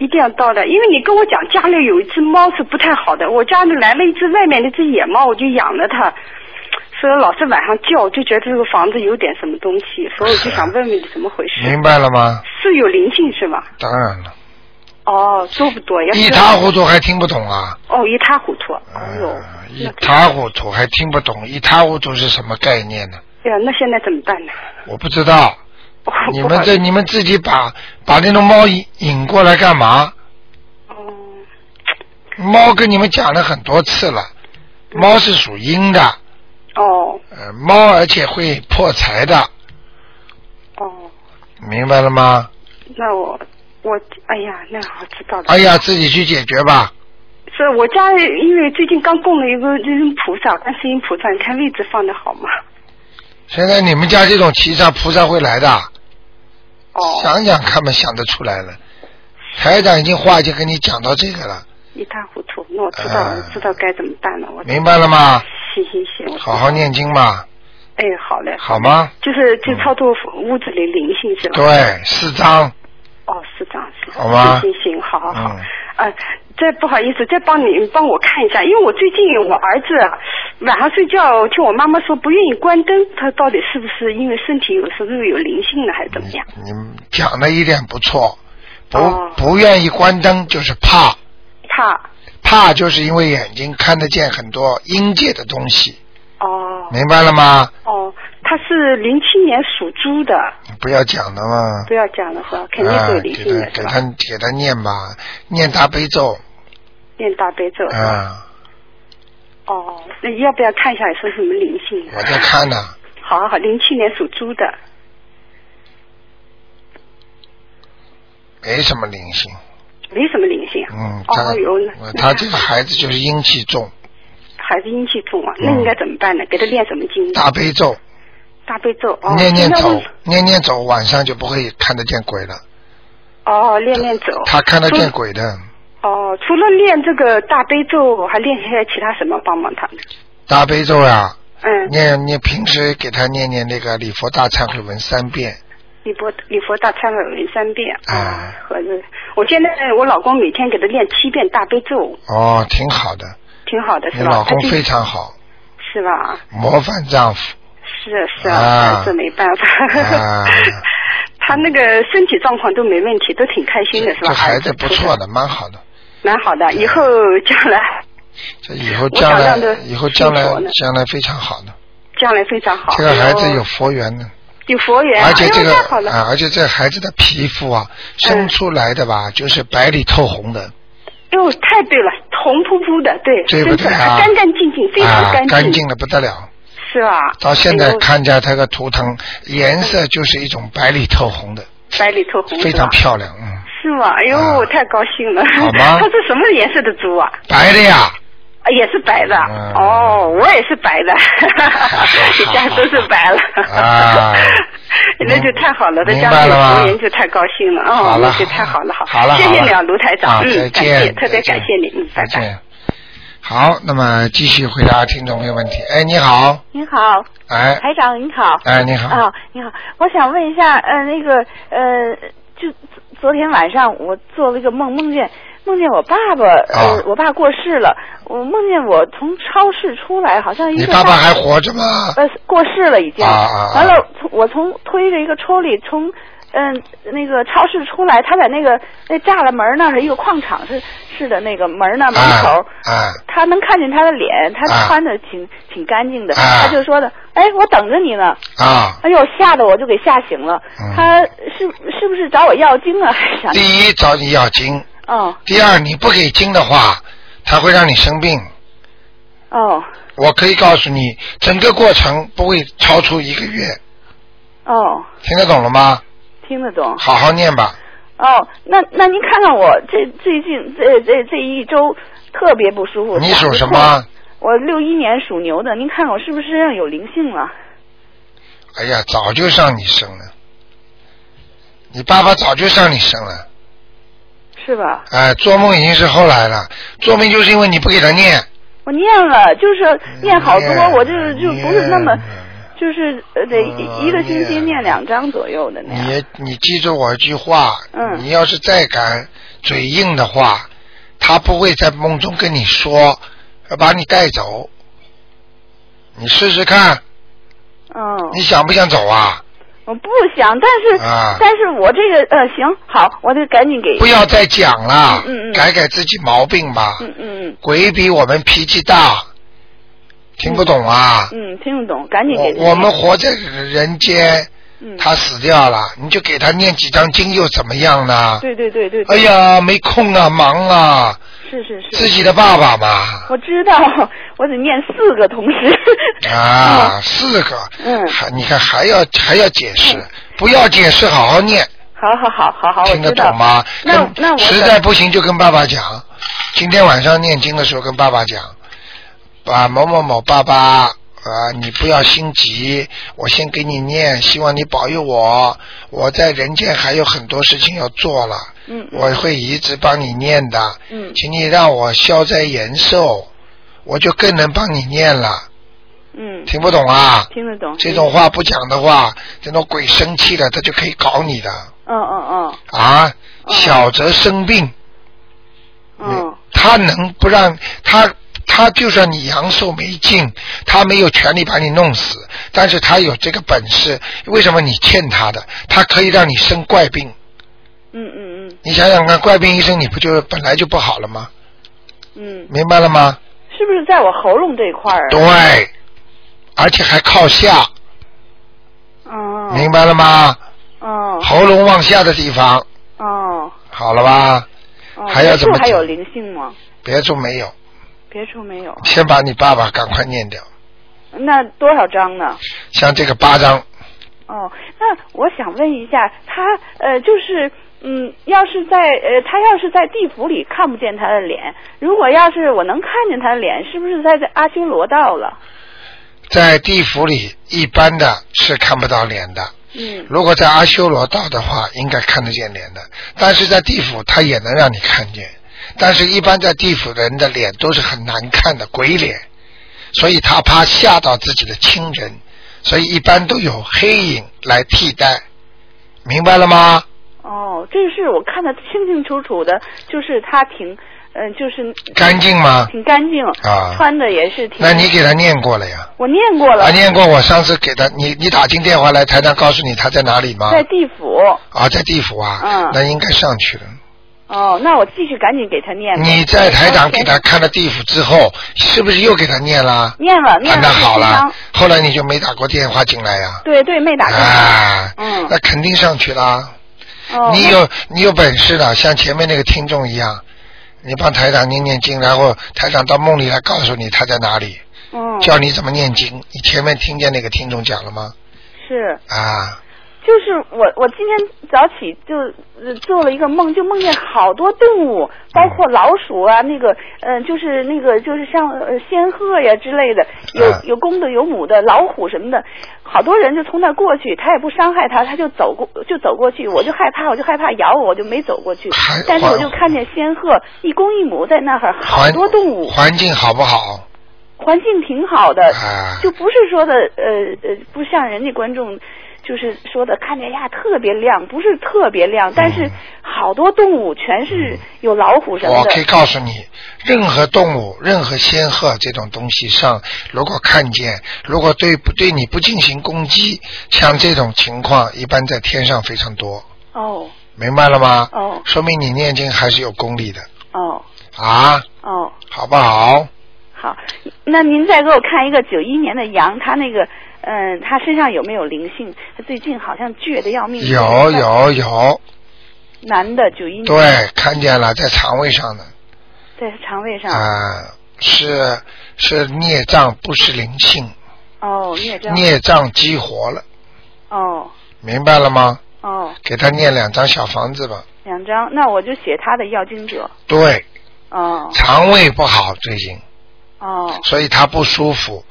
[SPEAKER 11] 一定要倒的，因为你跟我讲家里有一只猫是不太好的，我家里来了一只外面的一只野猫，我就养了它，所以老是晚上叫，我就觉得这个房子有点什么东西，所以我就
[SPEAKER 1] 啊
[SPEAKER 11] 想问问你怎么回事，
[SPEAKER 1] 明白了吗？
[SPEAKER 11] 是有灵性是吧？
[SPEAKER 1] 当然了，
[SPEAKER 11] 哦，多不多？要是
[SPEAKER 1] 一塌糊涂还听不懂啊！
[SPEAKER 11] 哦，一塌糊涂。哎呦，
[SPEAKER 1] 一塌糊涂还听不懂，一塌糊涂是什么概念呢？
[SPEAKER 11] 哎呀，那现在怎么办呢？
[SPEAKER 1] 我不知道。你们这你们自己把把那种猫引引过来干嘛？
[SPEAKER 11] 哦
[SPEAKER 1] 猫跟你们讲了很多次了，猫是属阴的。
[SPEAKER 11] 哦。
[SPEAKER 1] 呃，猫而且会破财的。
[SPEAKER 11] 哦。
[SPEAKER 1] 明白了吗？
[SPEAKER 11] 那我我哎呀，那我知道了。
[SPEAKER 1] 哎呀，自己去解决吧。
[SPEAKER 11] 是我家因为最近刚供了一个这种菩萨，观世音菩萨，你看位置放的好吗？
[SPEAKER 1] 现在你们家这种七煞菩萨会来的。哦。想想看嘛，想得出来了。台长已经话已经跟你讲到这个了，
[SPEAKER 11] 一塌糊涂。那我知道，
[SPEAKER 1] 哎
[SPEAKER 11] 我知道该怎么办了。我
[SPEAKER 1] 明白了吗？
[SPEAKER 11] 行行行，我知道
[SPEAKER 1] 好好。念经吧，
[SPEAKER 11] 哎，好嘞。
[SPEAKER 1] 好吗？
[SPEAKER 11] 就是就超度屋子里灵性是
[SPEAKER 1] 嗯
[SPEAKER 11] 吧？。
[SPEAKER 1] 对，四张，
[SPEAKER 11] 哦，是这样是这样。
[SPEAKER 1] 好吗
[SPEAKER 11] 行行行，好好好。
[SPEAKER 1] 嗯，
[SPEAKER 11] 呃，再不好意思，再帮你帮我看一下，因为我最近我儿子晚上睡觉，听我妈妈说不愿意关灯，他到底是不是因为身体有时候有灵性呢，还是怎么样？
[SPEAKER 1] 你们讲的一点不错，不、
[SPEAKER 11] 哦
[SPEAKER 1] 不愿意关灯就是怕，
[SPEAKER 11] 怕
[SPEAKER 1] 怕就是因为眼睛看得见很多阴界的东西，
[SPEAKER 11] 哦
[SPEAKER 1] 明白了吗？啊
[SPEAKER 11] 哦，他是零七年属猪的，
[SPEAKER 1] 不要讲了嘛，
[SPEAKER 11] 不要讲了是吧？肯定
[SPEAKER 1] 啊
[SPEAKER 11] 是有，灵
[SPEAKER 1] 给他
[SPEAKER 11] 性的是
[SPEAKER 1] 给
[SPEAKER 11] 吧？
[SPEAKER 1] 他给他念吧，念大悲咒，
[SPEAKER 11] 念大悲咒。
[SPEAKER 1] 啊，
[SPEAKER 11] 哦，那要不要看一下有什么灵性呢？啊
[SPEAKER 1] 我在看呢、
[SPEAKER 11] 好好好，零七年属猪的。
[SPEAKER 1] 没什么灵性，
[SPEAKER 11] 没什么灵性啊。
[SPEAKER 1] 嗯，他、
[SPEAKER 11] 哦有
[SPEAKER 1] 呃他这个孩子就是阴气重，
[SPEAKER 11] 孩子阴气重啊，那应该怎么办呢？给他练什么经？
[SPEAKER 1] 嗯大悲咒
[SPEAKER 11] 大悲咒哦，
[SPEAKER 1] 念念
[SPEAKER 11] 那
[SPEAKER 1] 走
[SPEAKER 11] 我，
[SPEAKER 1] 念念走，晚上就不会看得见鬼了。
[SPEAKER 11] 哦，练练走。
[SPEAKER 1] 他看得见
[SPEAKER 11] 除
[SPEAKER 1] 鬼的，
[SPEAKER 11] 哦，除了练这个大悲咒，还练些其他什么帮帮他呢？
[SPEAKER 1] 大悲咒呀、
[SPEAKER 11] 嗯，
[SPEAKER 1] 念念平时给他念念那个礼佛大忏悔文三遍
[SPEAKER 11] 礼佛礼佛大忏悔文三遍，
[SPEAKER 1] 啊、
[SPEAKER 11] 合着我现在我老公每天给他练七遍大悲咒，
[SPEAKER 1] 哦，挺好的。
[SPEAKER 11] 挺好的，
[SPEAKER 1] 你
[SPEAKER 11] 是吧？
[SPEAKER 1] 老
[SPEAKER 11] 他
[SPEAKER 1] 公
[SPEAKER 11] 就
[SPEAKER 1] 非常好，
[SPEAKER 11] 是吧？
[SPEAKER 1] 模范丈
[SPEAKER 11] <laughs>
[SPEAKER 1] 夫
[SPEAKER 11] 是是
[SPEAKER 1] 啊
[SPEAKER 11] 这没办法。
[SPEAKER 1] 啊，
[SPEAKER 11] <laughs> 他那个身体状况都没问题，都挺开心的，是吧？
[SPEAKER 1] 这孩子不错的，蛮好的。
[SPEAKER 11] 蛮好的。以后将来
[SPEAKER 1] 这以后
[SPEAKER 11] 我
[SPEAKER 1] 将
[SPEAKER 11] 想
[SPEAKER 1] 来
[SPEAKER 11] 让他，
[SPEAKER 1] 以后将来
[SPEAKER 11] 信佛呢
[SPEAKER 1] 将来非常好的。
[SPEAKER 11] 将来非常好。哎
[SPEAKER 1] 这个孩子
[SPEAKER 11] 有
[SPEAKER 1] 有佛缘的，
[SPEAKER 11] 有佛缘，
[SPEAKER 1] 而且
[SPEAKER 11] 哎呦
[SPEAKER 1] 这个
[SPEAKER 11] 太好了。嗯
[SPEAKER 1] 啊，而且这孩子的皮肤啊，生出来的吧，就是白里透红的，
[SPEAKER 11] 哟，哎太对了，红扑扑的，对，
[SPEAKER 1] 对不对
[SPEAKER 11] 真的
[SPEAKER 1] 啊？
[SPEAKER 11] 干干净净，非常
[SPEAKER 1] 啊，
[SPEAKER 11] 干净，
[SPEAKER 1] 干净的不得了。
[SPEAKER 11] 是吧？
[SPEAKER 1] 到现在
[SPEAKER 11] 哎呦
[SPEAKER 1] 看见它个图腾，颜色就是一种白里透红的，
[SPEAKER 11] 白里透红，
[SPEAKER 1] 非常
[SPEAKER 11] 是吧啊
[SPEAKER 1] 漂亮，嗯，
[SPEAKER 11] 是吗？哎呦，我太高兴了。
[SPEAKER 1] 好
[SPEAKER 11] <laughs>
[SPEAKER 1] 吗
[SPEAKER 11] 它是什么颜色的猪啊？
[SPEAKER 1] 白的呀，
[SPEAKER 11] 啊也是白的。哦，我也是
[SPEAKER 1] <laughs>
[SPEAKER 11] 白的，一家都是白了。
[SPEAKER 1] 啊，
[SPEAKER 11] <laughs> 那就太好了，在
[SPEAKER 1] 明
[SPEAKER 11] 家
[SPEAKER 1] 白
[SPEAKER 11] 里有
[SPEAKER 1] 了吗
[SPEAKER 11] 佛缘就太高兴了
[SPEAKER 1] 好
[SPEAKER 11] 哦，
[SPEAKER 1] 了
[SPEAKER 11] 那就太好了，好，
[SPEAKER 1] 好了
[SPEAKER 11] 谢谢
[SPEAKER 1] 好了
[SPEAKER 11] 你啊，卢台
[SPEAKER 1] 啊
[SPEAKER 11] 长，
[SPEAKER 1] 再
[SPEAKER 11] 嗯，感
[SPEAKER 1] 见
[SPEAKER 11] 谢，特别感谢你，嗯，拜
[SPEAKER 1] 再
[SPEAKER 11] 拜。
[SPEAKER 1] 见。好，那么继续回答听众朋友问题。哎，你好，
[SPEAKER 12] 您好，
[SPEAKER 1] 哎，
[SPEAKER 12] 台长您好。
[SPEAKER 1] 哎你好
[SPEAKER 12] 啊、你好，我想问一下，呃，那个，呃，就昨昨天晚上我做了一个梦，梦见梦见我爸爸，
[SPEAKER 1] 啊
[SPEAKER 12] 呃，我爸过世了，我梦见我从超市出来，好像一个
[SPEAKER 1] 你爸爸
[SPEAKER 12] 大
[SPEAKER 1] 还活着吗
[SPEAKER 12] 呃，过世了已经。
[SPEAKER 1] 啊啊啊
[SPEAKER 12] 完了，从我从推着一个车里从。嗯，那个超市出来，他在那个那栅栏门那儿是一个矿场是是的那个门那门口，
[SPEAKER 1] 啊，
[SPEAKER 12] 他能看见他的脸，他
[SPEAKER 1] 啊
[SPEAKER 12] 穿的挺、挺干净的，他就说的，哎，我等着你呢。
[SPEAKER 1] 啊，
[SPEAKER 12] 哎呦，吓得我就给吓醒了。
[SPEAKER 1] 嗯
[SPEAKER 12] 他是是不是找我要经啊？还是
[SPEAKER 11] 哎
[SPEAKER 12] 想？
[SPEAKER 1] 第一找你要经，
[SPEAKER 12] 哦
[SPEAKER 1] 第二你不给经的话，他会让你生病。
[SPEAKER 12] 哦
[SPEAKER 1] 我可以告诉你，整个过程不会超出一个月，
[SPEAKER 12] 哦，
[SPEAKER 1] 听得懂了吗？
[SPEAKER 12] 听得懂。
[SPEAKER 1] 好好念吧。
[SPEAKER 12] 哦，那那您看看我这最近这这这一周特别不舒服。
[SPEAKER 1] 你属什
[SPEAKER 12] 打不
[SPEAKER 1] 么
[SPEAKER 12] 通？？我六一年属牛的，您看看我是不是身上有灵性了？
[SPEAKER 1] 哎呀，早就上你身了，你爸爸早就上你身了。
[SPEAKER 12] 是吧？
[SPEAKER 1] 哎，做梦已经是后来了，做梦就是因为你不给他念，
[SPEAKER 12] 我念了，就是念好多，
[SPEAKER 1] 嗯念嗯
[SPEAKER 12] 我就是就不是那么，就是呃得
[SPEAKER 1] 啊
[SPEAKER 12] 一一个星期念两张左右的那样。
[SPEAKER 1] 你你记住我一句话，
[SPEAKER 12] 嗯
[SPEAKER 1] 你要是再敢嘴硬的话，他不会在梦中跟你说，要把你带走。你试试看，
[SPEAKER 12] 哦嗯，
[SPEAKER 1] 你想不想走啊？
[SPEAKER 12] 我不想，但是、
[SPEAKER 1] 啊
[SPEAKER 12] 但是我这个呃行好，我得赶紧给
[SPEAKER 1] 不要再讲了，
[SPEAKER 12] 嗯嗯嗯
[SPEAKER 1] 改改自己毛病吧。
[SPEAKER 12] 嗯嗯
[SPEAKER 1] 鬼比我们脾气大，听不懂啊？
[SPEAKER 12] 嗯听得懂，赶紧给
[SPEAKER 1] 我我们活在人间，
[SPEAKER 12] 嗯
[SPEAKER 1] 他死掉了，你就给他念几张经又怎么样呢？
[SPEAKER 12] 对对对对，对
[SPEAKER 1] 哎呀，没空啊，忙啊，
[SPEAKER 12] 是是是
[SPEAKER 1] 自己的爸爸嘛，
[SPEAKER 12] 我知道，我得念四个同时， <laughs>
[SPEAKER 1] 啊，四个，
[SPEAKER 12] 嗯，
[SPEAKER 1] 还你看还要还要解释，不要解释，好好念，
[SPEAKER 12] 好好好好好，我
[SPEAKER 1] 听得
[SPEAKER 12] 知
[SPEAKER 1] 懂
[SPEAKER 12] 道。
[SPEAKER 1] 吗？
[SPEAKER 12] 那
[SPEAKER 1] 跟
[SPEAKER 12] 那我
[SPEAKER 1] 实
[SPEAKER 12] 等
[SPEAKER 1] 在不行就跟爸爸讲，今天晚上念经的时候跟爸爸讲，啊某某某爸爸啊，你不要心急，我先给你念，希望你保佑我，我在人间还有很多事情要做了，
[SPEAKER 12] 嗯
[SPEAKER 1] 我会一直帮你念的，
[SPEAKER 12] 嗯
[SPEAKER 1] 请你让我消灾延寿，我就更能帮你念了，
[SPEAKER 12] 嗯，
[SPEAKER 1] 听不懂啊？
[SPEAKER 12] 听得懂嗯
[SPEAKER 1] 这种话不讲的话，这种鬼生气了，他就可以搞你的
[SPEAKER 12] 嗯嗯
[SPEAKER 1] 啊。小则生病，
[SPEAKER 12] 嗯嗯
[SPEAKER 1] 他能不让他他就算你阳寿没尽，他没有权利把你弄死，但是他有这个本事。为什么你欠他的？他可以让你生怪病。
[SPEAKER 12] 嗯嗯嗯
[SPEAKER 1] 你想想看，怪病一生你不就本来就不好了吗？
[SPEAKER 12] 嗯，
[SPEAKER 1] 明白了吗？
[SPEAKER 12] 是不是在我喉咙这块儿？啊
[SPEAKER 1] 对，而且还靠下，
[SPEAKER 12] 哦
[SPEAKER 1] 明白了吗？
[SPEAKER 12] 哦
[SPEAKER 1] 喉咙往下的地方，
[SPEAKER 12] 哦
[SPEAKER 1] 好了吧？
[SPEAKER 12] 哦，
[SPEAKER 1] 还要怎么
[SPEAKER 12] 别处还有
[SPEAKER 1] 讲
[SPEAKER 12] 灵性吗？
[SPEAKER 1] 别处没有，
[SPEAKER 12] 别处没有，
[SPEAKER 1] 先把你爸爸赶快念掉，
[SPEAKER 12] 那多少张呢？
[SPEAKER 1] 像这个八章，
[SPEAKER 12] 哦，那我想问一下，他呃，就是嗯，要是在呃，他要是在地府里看不见他的脸，如果要是我能看见他的脸，是不是在这阿修罗道了？
[SPEAKER 1] 在地府里一般的是看不到脸的，
[SPEAKER 12] 嗯，
[SPEAKER 1] 如果在阿修罗道的话，应该看得见脸的，但是在地府他也能让你看见，但是一般在地府人的脸都是很难看的鬼脸，所以他怕吓到自己的亲人，所以一般都有黑影来替代，明白了吗？
[SPEAKER 12] 哦，这是我看得清清楚楚的，就是他挺，嗯、就是
[SPEAKER 1] 干净吗
[SPEAKER 12] 挺干净
[SPEAKER 1] 啊
[SPEAKER 12] 穿的也是挺。
[SPEAKER 1] 那你给他念过了呀？
[SPEAKER 12] 我念过了。
[SPEAKER 1] 他念过我上次给他，你你打进电话来，台长告诉你他在哪里吗？
[SPEAKER 12] 在地府。
[SPEAKER 1] 啊，在地府啊，
[SPEAKER 12] 嗯
[SPEAKER 1] 那应该上去了。
[SPEAKER 12] 哦，那我继续赶紧给他念吧。哦
[SPEAKER 1] 你在台长给他看了地府之后，是不是又给他念啦？
[SPEAKER 12] 念了念
[SPEAKER 1] 啊，
[SPEAKER 12] 了
[SPEAKER 1] 那好
[SPEAKER 12] 这
[SPEAKER 1] 了
[SPEAKER 12] 张，
[SPEAKER 1] 后来你就没打过电话进来呀、
[SPEAKER 12] 对对，没打进
[SPEAKER 1] 啊？
[SPEAKER 12] 嗯
[SPEAKER 1] 那肯定上去啦。
[SPEAKER 12] 哦，
[SPEAKER 1] 你
[SPEAKER 12] 那
[SPEAKER 1] 有你有本事的，像前面那个听众一样，你帮台长念念经，然后台长到梦里来告诉你他在哪里，
[SPEAKER 12] 嗯，
[SPEAKER 1] 教你怎么念经。你前面听见那个听众讲了吗？
[SPEAKER 12] 是，
[SPEAKER 1] 啊，
[SPEAKER 12] 就是我我今天早起就、呃做了一个梦，就梦见好多动物，包括老鼠啊，那个嗯、呃就是那个就是像呃仙鹤呀之类的，有
[SPEAKER 13] 嗯
[SPEAKER 12] 有公的有母的，老虎什么的，好多人就从那儿过去，他也不伤害他，他就走过就走过去，我就害怕，我就害怕咬我，我就没走过去，但是我就看见仙鹤一公一母在那儿，好
[SPEAKER 1] 环
[SPEAKER 12] 多动物，
[SPEAKER 1] 环境好不好？
[SPEAKER 12] 环境挺好的，
[SPEAKER 1] 啊
[SPEAKER 12] 就不是说的呃呃，不像人家观众就是说的看见呀特别亮，不是特别亮，但是好多动物全是有老虎什
[SPEAKER 1] 嗯
[SPEAKER 12] 么
[SPEAKER 1] 我
[SPEAKER 12] 的。
[SPEAKER 1] 可以告诉你，任何动物、任何仙鹤这种东西上，如果看见，如果对不对你不进行攻击，像这种情况一般在天上非常多，
[SPEAKER 12] 哦
[SPEAKER 1] 明白了吗？
[SPEAKER 12] 哦
[SPEAKER 1] 说明你念经还是有功力的
[SPEAKER 12] 哦
[SPEAKER 1] 啊，
[SPEAKER 12] 哦，
[SPEAKER 1] 好不好？
[SPEAKER 12] 好，那您再给我看一个九一年的羊，它那个嗯、呃，它身上有没有灵性？它最近好像倔的要命。
[SPEAKER 1] 有有有，
[SPEAKER 12] 男的九一年。
[SPEAKER 1] 对，看见了，在肠胃上呢，
[SPEAKER 12] 在肠胃上。
[SPEAKER 1] 啊、是是孽障，不是灵性，
[SPEAKER 12] 哦，孽障。
[SPEAKER 1] 孽障激活了，
[SPEAKER 12] 哦
[SPEAKER 1] 明白了吗？
[SPEAKER 12] 哦，
[SPEAKER 1] 给他念两张小房子吧。
[SPEAKER 12] 两张，那我就写他的要经者。
[SPEAKER 1] 对，
[SPEAKER 12] 哦
[SPEAKER 1] 肠胃不好最近，
[SPEAKER 12] 哦。
[SPEAKER 1] 所以他不舒服。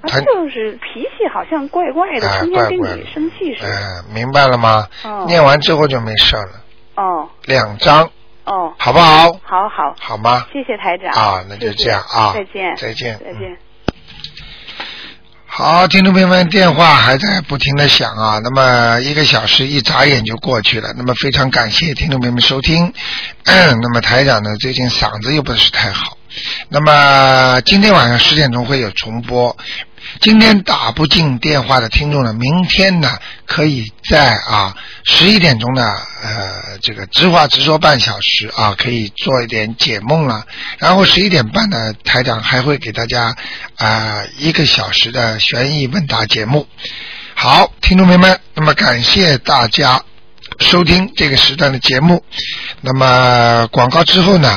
[SPEAKER 12] 啊
[SPEAKER 1] 他
[SPEAKER 12] 就是脾气好像怪怪的，
[SPEAKER 1] 哎
[SPEAKER 12] 天天跟
[SPEAKER 1] 怪怪
[SPEAKER 12] 你
[SPEAKER 1] 的
[SPEAKER 12] 生气似
[SPEAKER 1] 嗯、
[SPEAKER 12] 的。
[SPEAKER 1] 明白了吗？
[SPEAKER 12] 哦
[SPEAKER 1] 念完之后就没事了。
[SPEAKER 12] 哦
[SPEAKER 1] 两张，
[SPEAKER 12] 哦，
[SPEAKER 1] 好不好
[SPEAKER 12] 好好，
[SPEAKER 1] 好吗？
[SPEAKER 12] 谢谢台长
[SPEAKER 1] 啊那就
[SPEAKER 12] 谢谢
[SPEAKER 1] 这样啊
[SPEAKER 12] 再见，
[SPEAKER 1] 再见嗯
[SPEAKER 12] 再见。
[SPEAKER 1] 好，听众朋友们，电话还在不停的响啊。那么一个小时一眨眼就过去了。那么非常感谢听众朋友们收听。 <clears throat> 那么台长呢，最近嗓子又不是太好。那么今天晚上十点钟会有重播。今天打不进电话的听众呢，明天呢可以在啊十一点钟呢，呃，这个直话直说半小时啊，可以做一点解梦了。然后十一点半呢，台长还会给大家啊、一个小时的悬疑问答节目。好，听众朋友们，那么感谢大家收听这个时段的节目。那么广告之后呢，